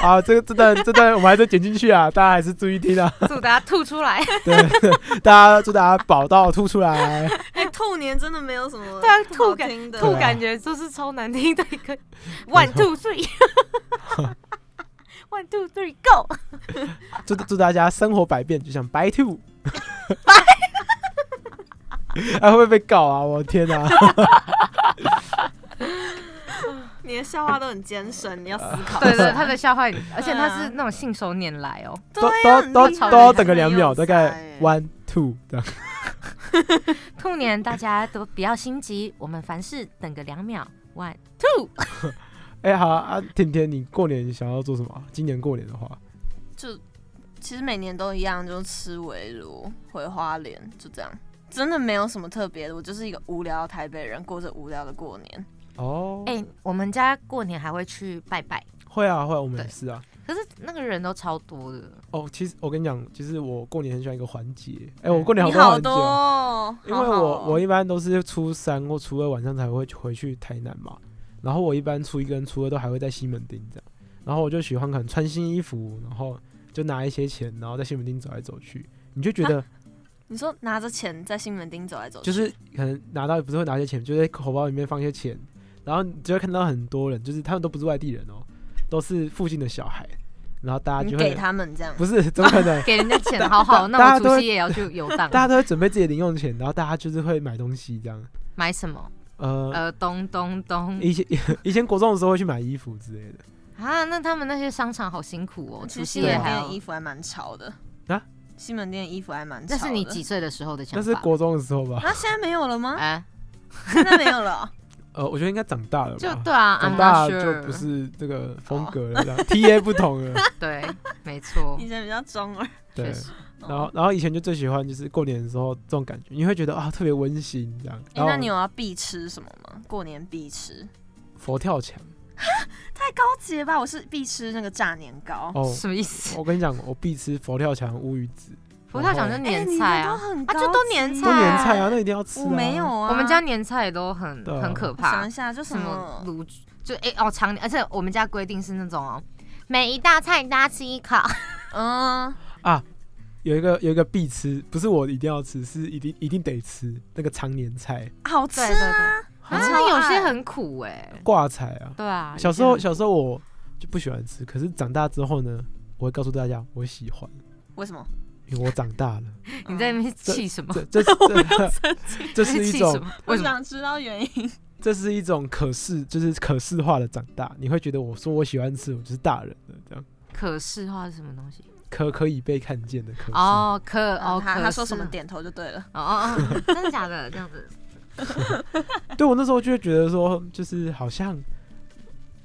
Speaker 2: 啊，这个这段这段我们还是剪进去啊，大家还是注意听啊。
Speaker 1: (laughs)
Speaker 2: (laughs)
Speaker 1: 祝大家吐出来。
Speaker 2: 对，大家祝大家宝到吐出来。
Speaker 3: (laughs) 哎，兔年真的没有什么
Speaker 1: 对啊
Speaker 3: 不好
Speaker 1: 兔感
Speaker 3: 听的
Speaker 1: 吐
Speaker 2: 对啊
Speaker 1: 感觉就是超难听的一 (laughs) 个 one two (laughs) three 。One two three go！
Speaker 2: 祝祝大家生活百变，就像白兔。 (laughs) 啊
Speaker 3: (laughs)
Speaker 2: 哎、会不会被告啊？我的天哪、
Speaker 3: 你的笑话都很艰深，你要思 (laughs) 考。
Speaker 1: 对 (laughs) 对，他的笑话，而且他是那种信手拈来哦。
Speaker 2: 都
Speaker 3: 对啊
Speaker 2: 都都
Speaker 3: 你
Speaker 1: 超
Speaker 2: 都要
Speaker 1: 级
Speaker 2: 等个两秒，
Speaker 3: 有
Speaker 2: 大概
Speaker 3: 才
Speaker 2: one two 这样。
Speaker 1: (laughs)
Speaker 2: (laughs)
Speaker 1: 兔年大家都不要心急，我们凡事等个两秒。One two，
Speaker 2: 哎，好啊，甜甜，你过年想要做什么啊？今年过年的话，
Speaker 3: 就其实每年都一样，就吃围炉、回花莲，就这样，真的没有什么特别的。我就是一个无聊的台北人，过着无聊的过年。
Speaker 2: 哦，
Speaker 1: 哎、我们家过年还会去拜拜，
Speaker 2: 会啊会啊，我们也
Speaker 1: 对
Speaker 2: 是啊。
Speaker 1: 可是那个人都超多的。？
Speaker 2: 哦，其实我跟你讲，其实我过年很喜欢一个环节。哎，我过年
Speaker 3: 你
Speaker 2: 多
Speaker 3: 好
Speaker 2: 环节
Speaker 3: 多
Speaker 2: 哦，
Speaker 3: 哦，
Speaker 2: 因
Speaker 3: 好
Speaker 2: 为
Speaker 3: 好
Speaker 2: 我
Speaker 3: 哦
Speaker 2: 我一般都是初三或初二晚上才会回去台南嘛，然后我一般初一跟初二都还会在西门町这样，然后我就喜欢可能穿新衣服，然后就拿一些钱，然后在西门町走来走去，你就觉得
Speaker 3: 你说拿着钱在西门町走来走去，
Speaker 2: 就是可能拿到不是会拿些钱，就在口包里面放一些钱，然后你就会看到很多人，就是他们都不是外地人哦，都是附近的小孩，然后大家
Speaker 3: 你
Speaker 2: 就
Speaker 3: 给
Speaker 2: 会
Speaker 3: 他们这样。
Speaker 2: 不是怎么可能 (laughs)
Speaker 1: 给人家钱好好，
Speaker 2: 大大
Speaker 1: 那
Speaker 2: 家
Speaker 1: 我
Speaker 2: 都
Speaker 1: 除
Speaker 2: 会
Speaker 1: 夕夜也要去游荡。
Speaker 2: 大家都会准备自己的零用钱，然后大家就是会买东西这样，
Speaker 1: (laughs) 买什么？
Speaker 2: 呃，
Speaker 1: 呃，咚咚咚
Speaker 2: 以前 (laughs) 以前国中的时候会去买衣服之类的，
Speaker 1: 啊！那他们那些商场好辛苦哦，
Speaker 3: 其
Speaker 1: 除
Speaker 3: 实
Speaker 1: 夕
Speaker 3: 西
Speaker 1: 夜
Speaker 3: 门
Speaker 1: 还
Speaker 3: 店的
Speaker 1: 要
Speaker 3: 衣。服还蛮潮的
Speaker 2: 啊。
Speaker 3: 西门店的衣服还蛮潮
Speaker 1: 那
Speaker 3: 的。
Speaker 1: 是你几岁的时候的想
Speaker 2: 那
Speaker 1: 法？
Speaker 2: 是国中的时候吧？
Speaker 3: 啊？现在没有了 (laughs) 吗？
Speaker 1: 哎，
Speaker 3: 现在没有了哦。
Speaker 2: 呃，我觉得应该长大了
Speaker 1: 就
Speaker 2: 吧。
Speaker 1: 对啊
Speaker 2: 长
Speaker 1: ，I'm
Speaker 2: 大
Speaker 1: not
Speaker 2: 就
Speaker 1: sure，
Speaker 2: 不是这个风格了这样 (laughs) ，TA 不同了。
Speaker 1: 对，没错
Speaker 3: (laughs) 以，前比较中二。
Speaker 2: 对
Speaker 1: (laughs) 确，实。
Speaker 2: 然后然后以前就最喜欢就是过年的时候这种感觉，你会觉得啊特别温馨这样。
Speaker 3: 哎、
Speaker 2: 然后
Speaker 3: 那你有要必吃什么吗？过年必吃？
Speaker 2: 佛跳墙
Speaker 3: 高级了吧，我是必吃那个炸年糕。
Speaker 2: 哦，
Speaker 1: 什么意思？
Speaker 2: 我跟你讲，我必吃佛跳墙、乌鱼子，
Speaker 1: 佛跳墙就
Speaker 3: 哎
Speaker 1: 年
Speaker 3: 你们
Speaker 1: 菜
Speaker 3: 都
Speaker 1: 啊，
Speaker 3: 很
Speaker 1: 啊
Speaker 3: 高
Speaker 1: 就
Speaker 3: 级
Speaker 1: 都年
Speaker 2: 都
Speaker 1: 菜
Speaker 2: 年菜啊，那一定要吃、啊。
Speaker 3: 我没有啊，
Speaker 1: 我们家年菜也都很
Speaker 2: 对啊
Speaker 1: 很可
Speaker 3: 我想
Speaker 1: 怕
Speaker 3: 一，下，就什
Speaker 1: 什么
Speaker 3: 么
Speaker 1: 卤就哎哦常年，而且我们家规定是那种哦，每一大菜大家吃一口，
Speaker 2: 啊
Speaker 1: (laughs)
Speaker 3: 嗯，
Speaker 2: 有一个有一个必吃，不是我一定要吃，是一定一定得吃那个常年菜
Speaker 3: 好吃
Speaker 1: 对对
Speaker 3: 啊，
Speaker 1: 对，
Speaker 3: 好
Speaker 1: 啊
Speaker 3: 吃
Speaker 1: 有些很苦哎，
Speaker 2: 挂菜啊。
Speaker 1: 对啊，
Speaker 2: 小时候
Speaker 1: 有些很
Speaker 2: 小时候我就不喜欢吃，可是长大之后呢，我会告诉大家我喜欢，
Speaker 3: 为什么？
Speaker 2: 因为我长大了。
Speaker 1: 你在那边气什么？
Speaker 2: 这这
Speaker 1: (laughs)
Speaker 2: 这这是一
Speaker 1: 气什
Speaker 2: 种
Speaker 1: 么？为什么？
Speaker 3: 想知道原因。
Speaker 2: 这是一种可视，就是可视化的长大。你会觉得我说我喜欢吃，我就是大人了，这样
Speaker 1: 可视化是什么东西？
Speaker 2: 可可以被看见的可视化。
Speaker 1: 哦，可哦
Speaker 3: 嗯，他
Speaker 1: 可
Speaker 3: 他说
Speaker 1: 视
Speaker 3: 什么
Speaker 1: 化
Speaker 3: 点头就对了。
Speaker 1: 哦哦
Speaker 2: (laughs)
Speaker 1: 哦，真的假的？这样子，
Speaker 2: 对我那时候就会觉得说，就是好像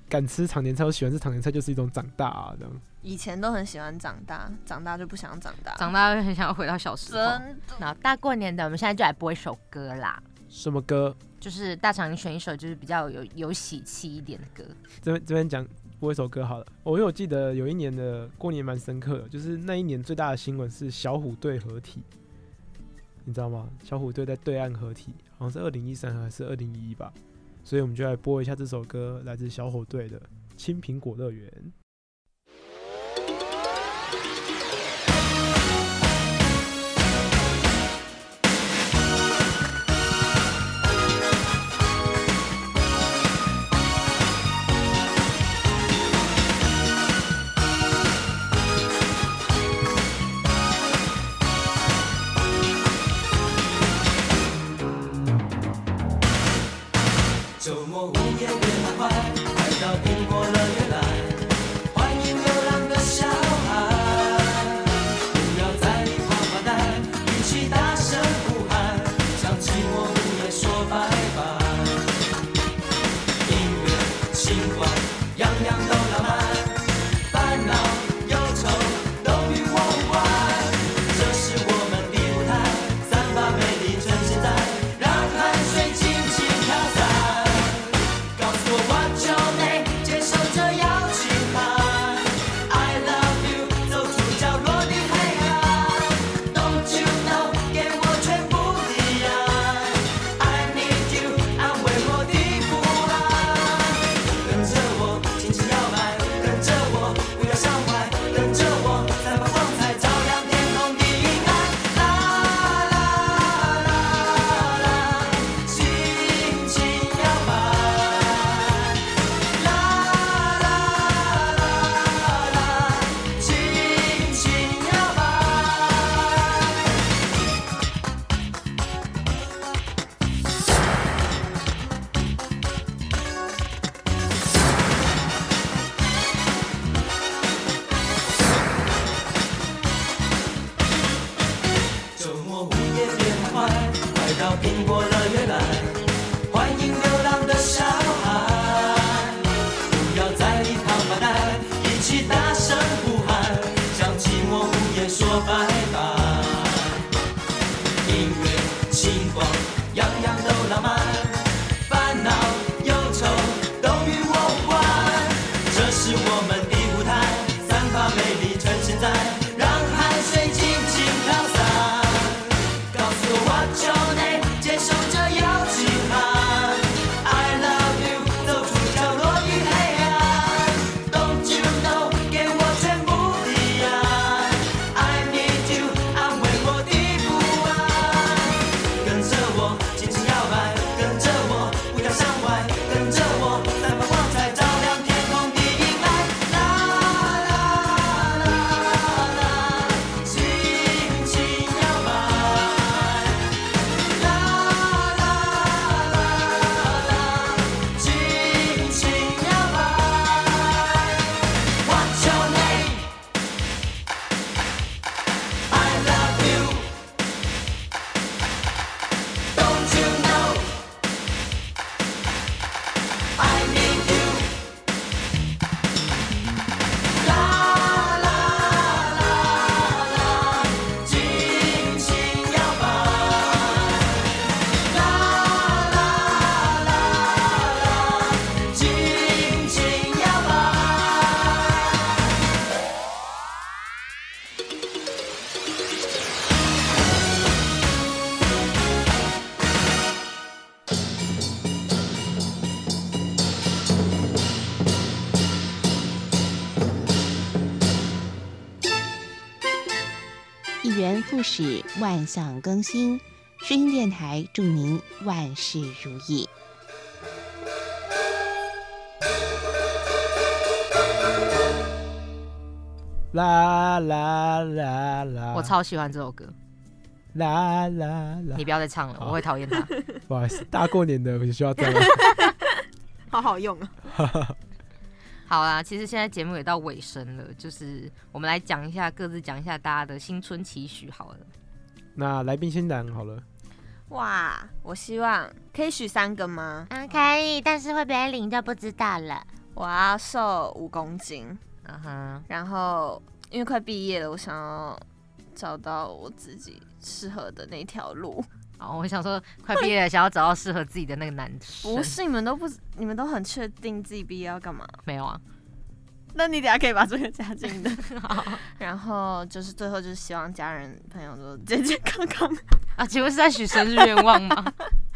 Speaker 2: 敢吃常年菜，我喜欢吃常年菜，就是一种长大啊，这样。
Speaker 3: 以前都很喜欢长大，长大就不想长大。
Speaker 1: 长大会很想要回到小时候。
Speaker 3: 真的
Speaker 1: 那大过年的，我们现在就来播一首歌啦，
Speaker 2: 什么歌？
Speaker 1: 就是大肠，你选一首就是比较有有喜气一点的歌。
Speaker 2: 这边这边讲播一首歌好了。我因为我记得有一年的过年蛮深刻的，就是那一年最大的新闻是小虎队合体，你知道吗？小虎队在对岸合体，好像是二零一三还是二零一一吧。所以我们就来播一下这首歌，来自小虎队的《青苹果乐园》。
Speaker 7: 周末午夜别太快，快到苹果乐园来，
Speaker 8: 一元复始，万象更新。声音电台祝您万事如意。
Speaker 2: 啦啦啦啦，
Speaker 1: 我超喜欢这首歌，
Speaker 2: 啦啦啦
Speaker 1: 你，不要再唱了，
Speaker 2: 啊好
Speaker 1: 我会讨厌它。
Speaker 2: 不好意思，大过年的我就需要这样。
Speaker 3: 好好用啊！
Speaker 1: (laughs) 好啦，其实现在节目也到尾声了，就是我们来讲一下，各自讲一下大家的新春期许好了。
Speaker 2: 那来宾先讲好了，
Speaker 3: 哇，我希望可以许三个吗？
Speaker 6: 啊，可以，但是会不会领就不知道了。
Speaker 3: 我要瘦五公斤，
Speaker 1: 嗯哼，
Speaker 3: 然后因为快毕业了，我想要找到我自己适合的那条路。
Speaker 1: 好，哦我想说，快毕业了，想要找到适合自己的那个男生。
Speaker 3: 不是你们都不，你们都很确定自己毕业要干嘛？
Speaker 1: 没有啊，
Speaker 3: 那你等下可以把这个加进 (laughs) 的。然后就是最后就是希望家人朋友都健健康康，
Speaker 1: 啊，请问是在许生日愿望
Speaker 6: (laughs)
Speaker 1: 吗？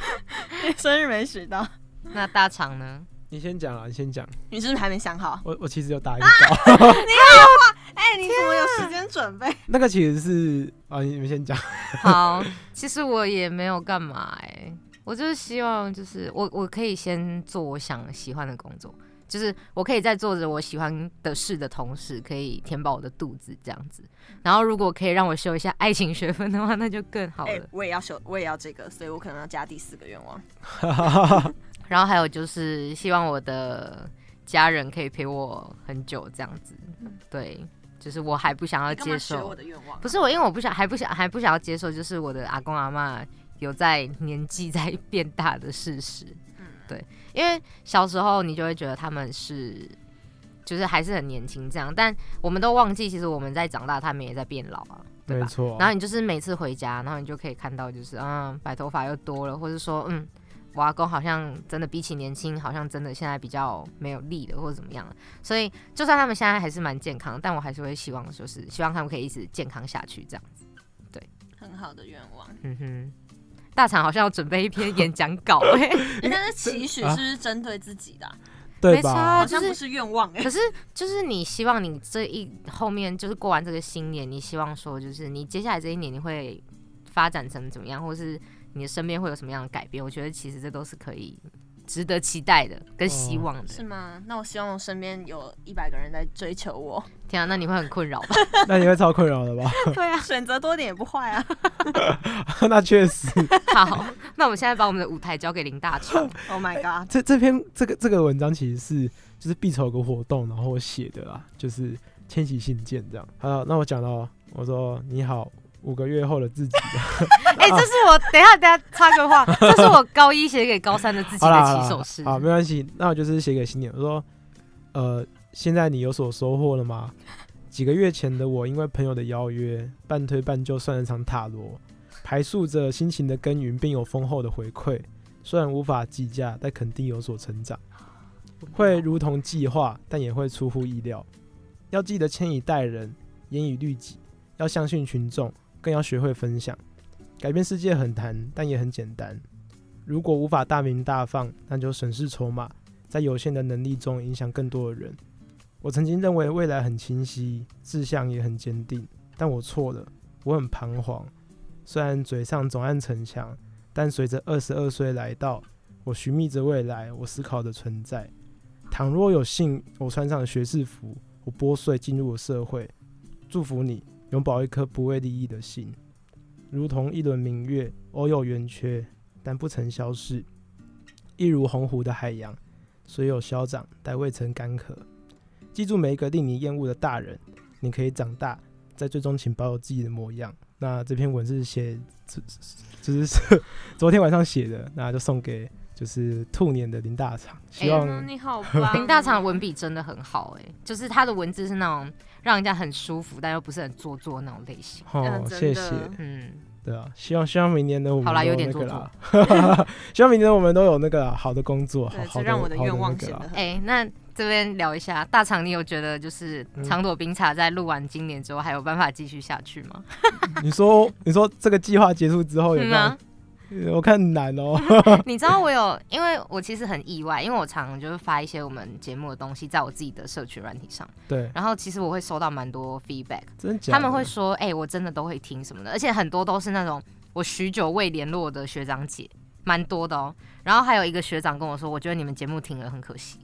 Speaker 3: (laughs) 生日没许到，
Speaker 1: 那大肠呢？
Speaker 2: 你先讲啊，你先讲。
Speaker 3: 你是不是还没想好？
Speaker 2: 我我其实有打预
Speaker 1: 啊
Speaker 2: 告，
Speaker 3: 哎、你怎么有时间准备？
Speaker 2: 那个其实是啊，你们先讲。
Speaker 1: 好，其实我也没有干嘛哎、我就是希望就是我我可以先做我想喜欢的工作，就是我可以在做着我喜欢的事的同时，可以填饱我的肚子这样子。然后如果可以让我修一下爱情学分的话，那就更好
Speaker 3: 哎、
Speaker 1: 了。
Speaker 3: 我也要修，我也要这个，所以我可能要加第四个愿望。
Speaker 1: 然后还有就是希望我的家人可以陪我很久这样子，
Speaker 3: 嗯
Speaker 1: 对，就是我还不想要接
Speaker 3: 学
Speaker 1: 受
Speaker 3: 我。的愿望？啊
Speaker 1: 不是我，因为我不想，还不想，还不想要接受，就是我的阿公阿妈有在年纪在变大的事实。
Speaker 3: 嗯
Speaker 1: 对，因为小时候你就会觉得他们是，就是还是很年轻这样，但我们都忘记，其实我们在长大，他们也在变老啊，对
Speaker 2: 没
Speaker 1: 吧？
Speaker 2: 错，
Speaker 1: 然后你就是每次回家，然后你就可以看到，就是嗯，白头发又多了，或者说嗯，我阿公好像真的比起年轻，好像真的现在比较没有力了，或者怎么样了。所以就算他们现在还是蛮健康，但我还是会希望，就是希望他们可以一直健康下去，这样。
Speaker 3: 很好的愿
Speaker 1: (laughs)
Speaker 3: 望。
Speaker 1: 嗯哼，大厂好像要准备一篇演讲稿、欸，
Speaker 3: 哎但是期许是不是针对自己的啊、
Speaker 2: 对
Speaker 1: 没错
Speaker 2: 吧？
Speaker 1: 啊
Speaker 3: 好
Speaker 1: 就
Speaker 3: 像
Speaker 1: 是
Speaker 3: 不是愿
Speaker 1: (laughs)
Speaker 3: 望哎、
Speaker 1: 可是就是你希望你这一后面就是过完这个新年，你希望说就是你接下来这一年你会发展成怎么样，或是你的身边会有什么样的改变？我觉得其实这都是可以值得期待的跟希望的。
Speaker 3: 是吗？那我希望我身边有一百个人在追求我。
Speaker 1: 天啊，那你会很困扰吧？
Speaker 2: (laughs) 那你会超困扰的吧？ (laughs)
Speaker 3: 对啊， (laughs) 选择多点也不坏
Speaker 1: (laughs)
Speaker 3: 啊。
Speaker 2: 那确实，
Speaker 1: 好，那我们现在把我们的舞台交给林大 (laughs) 厂。
Speaker 3: Oh my god！
Speaker 2: (laughs) 这这篇这个这个文章其实是就是必筹有个活动，然后我写的啦，就是千禧信件这样。好，那我讲到，我说你好，五个月后的自己。
Speaker 1: 哎、这是我等一下等一下插个话，这是我高一写给高三的自己
Speaker 2: 好啦好
Speaker 1: 的
Speaker 2: 啦
Speaker 1: 起手诗。
Speaker 2: 好，没关系，那我就是写给新年，我说，呃，现在你有所收获了吗？几个月前的我，因为朋友的邀约，半推半就算了场塔罗，排宿着辛勤的耕耘，并有丰厚的回馈。虽然无法计价，但肯定有所成长，会如同计划，但也会出乎意料。要记得谦以待人，严以律己，要相信群众，更要学会分享。改变世界很难，但也很简单。如果无法大鸣大放，那就审视筹码，在有限的能力中影响更多的人。我曾经认为未来很清晰，志向也很坚定，但我错了，我很彷徨。虽然嘴上总按逞强，但随着二十二岁来到，我寻觅着未来，我思考着存在。倘若有幸，我穿上学士服，我拨穗进入了社会。祝福你，永葆一颗不为利益的心，如同一轮明月，偶有圆缺，但不曾消逝，一如洪湖的海洋，虽有消长，但未曾干涸。记住每一个令你厌恶的大人，你可以长大，在最终请保有自己的模样。那这篇文是写，这这这是 (laughs) 昨天晚上写的，那就送给就是兔年的林大厂，希
Speaker 1: 哎
Speaker 2: 望、
Speaker 3: 嗯你
Speaker 1: (laughs)
Speaker 3: 好棒哦
Speaker 1: 林大厂文笔真的很好、哎，就是他的文字是那种让人家很舒服，但又不是很做作的那种类型。
Speaker 2: 哦
Speaker 3: 嗯，真
Speaker 2: 谢
Speaker 3: 的
Speaker 2: 谢。
Speaker 1: 嗯，
Speaker 2: 对啊，希望希望明年的我们
Speaker 1: 好啦
Speaker 2: 都
Speaker 1: 有点
Speaker 2: 那个
Speaker 1: 做作
Speaker 2: 啦， (laughs) 希望明年我们都有那个啦好的工作，好
Speaker 3: 对，
Speaker 2: 好
Speaker 3: 这
Speaker 2: 的
Speaker 3: 让我
Speaker 2: 的
Speaker 3: 愿望
Speaker 2: 那
Speaker 3: 显
Speaker 2: 个啊
Speaker 3: 得
Speaker 2: 啦
Speaker 3: 很。
Speaker 1: 哎、那这边聊一下大厂，你有觉得就是长朵冰茶在录完今年之后还有办法继续下去吗？
Speaker 2: 你说你说这个计划结束之后有没
Speaker 1: 嗯
Speaker 2: 有
Speaker 1: 啊？
Speaker 2: 我看很难哦。 (laughs)
Speaker 1: 你知道我有，因为我其实很意外，因为我常常就是发一些我们节目的东西在我自己的社群软体上，
Speaker 2: 对，
Speaker 1: 然后其实我会收到蛮多 feedback，
Speaker 2: 真假的？
Speaker 1: 他们会说，哎、我真的都会听什么的，而且很多都是那种我许久未联络的学长姐，蛮多的哦。然后还有一个学长跟我说，我觉得你们节目停了很可惜，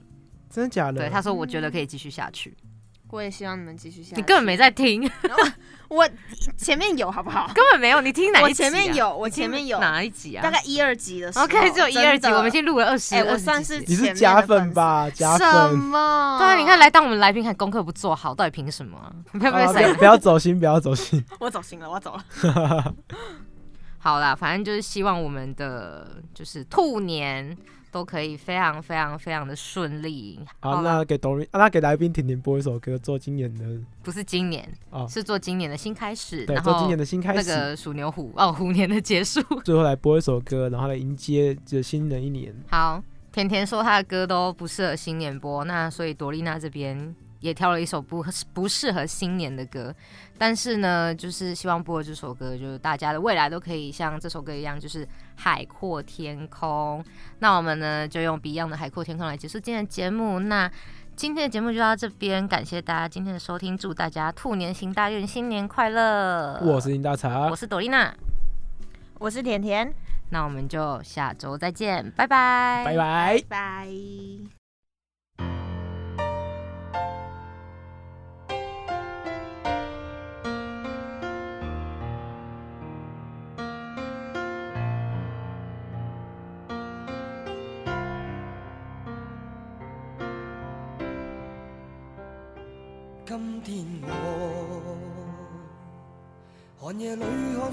Speaker 2: 真假的？哦
Speaker 1: 对，他说我觉得可以继续下去，
Speaker 3: 嗯我也希望你们继续下去。
Speaker 1: 你根本没，在听， (laughs)
Speaker 3: 我前面有好不好？
Speaker 1: 根本没有，你听哪一集、啊？
Speaker 3: 我前面有，我
Speaker 1: 你听
Speaker 3: 前面有，
Speaker 1: 哪一集啊？
Speaker 3: 大概一二集的时候。
Speaker 1: OK，只有一二集，
Speaker 3: 真的
Speaker 1: 我们已经录了二十，
Speaker 3: 哎
Speaker 1: 20
Speaker 3: 我算
Speaker 1: 几集
Speaker 3: 是
Speaker 1: 了
Speaker 2: 你是加粉吧？加
Speaker 3: 什
Speaker 2: 粉。
Speaker 3: 么？
Speaker 1: 对啊，你看，来当我们来宾还功课不做好，到底凭什么啊？ (laughs) 你会不会
Speaker 2: 啊不
Speaker 1: 谁
Speaker 2: 要？不要走心，不要走
Speaker 1: (laughs)
Speaker 2: 心。
Speaker 3: 我走心了，我走了。
Speaker 1: 好啦，反正就是希望我们的就是兔年都可以非常非常非常的顺利。
Speaker 2: 好，
Speaker 1: 啦，
Speaker 2: 那给董明，啊那给来宾婷婷播一首歌，做今年的
Speaker 1: 不是今年，
Speaker 2: 哦，
Speaker 1: 是做今年的新开始，
Speaker 2: 对，
Speaker 1: 然
Speaker 2: 做今
Speaker 1: 后
Speaker 2: 年的新开
Speaker 1: 那
Speaker 2: 始，
Speaker 1: 个鼠牛虎哦， (laughs) 虎年的结束。
Speaker 2: 最后来播一首歌，然后来迎接这新的一年。
Speaker 1: 好，甜甜说她的歌都不适合新年播，那所以朵丽娜这边也挑了一首不不适合新年的歌，但是呢，就是希望播的这首歌，就是大家的未来都可以像这首歌一样，就是海阔天空。那我们呢，就用 Beyond 的《海阔天空》来结束今天的节目。那今天的节目就到这边，感谢大家今天的收听，祝大家兔年行大运，新年快乐！
Speaker 2: 我是林大啊茶
Speaker 1: 呃我，是朵丽娜，
Speaker 3: 我是甜甜，
Speaker 1: 那我们就下周再见，拜拜，
Speaker 2: 拜拜。
Speaker 3: 拜。
Speaker 7: 今天我寒夜里看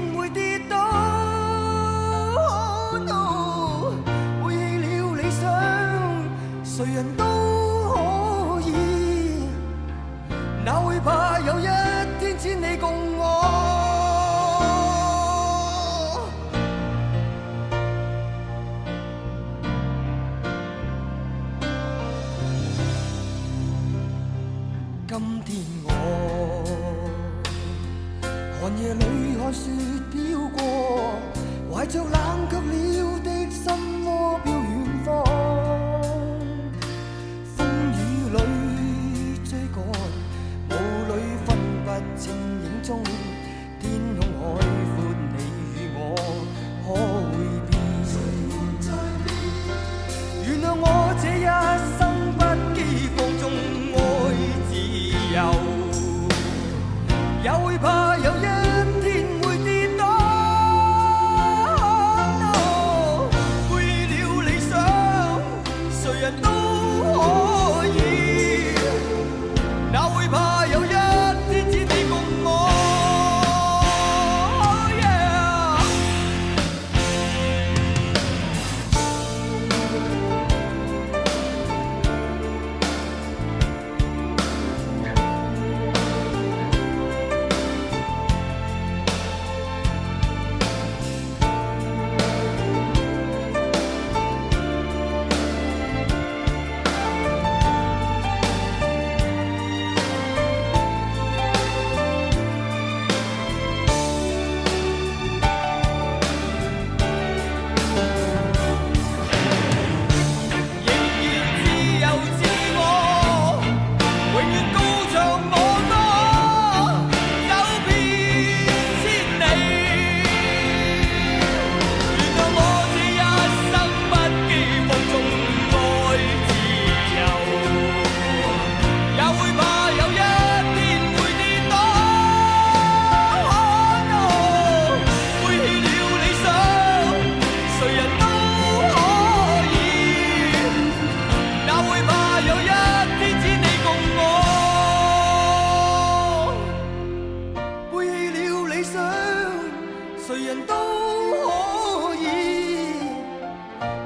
Speaker 7: 會跌倒。no，背棄了理想，誰人都可以，哪會怕有一天只你共我？今天我。寒夜裏看雪飄過，懷着冷卻了的心窩飄遠方。風雨裏追趕，霧裏分不清影蹤。天空海闊，你與我可會變？原諒我這一生不羈放縱愛自由。也會怕有一天會跌倒。No，背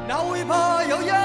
Speaker 9: 遥远。
Speaker 7: Oh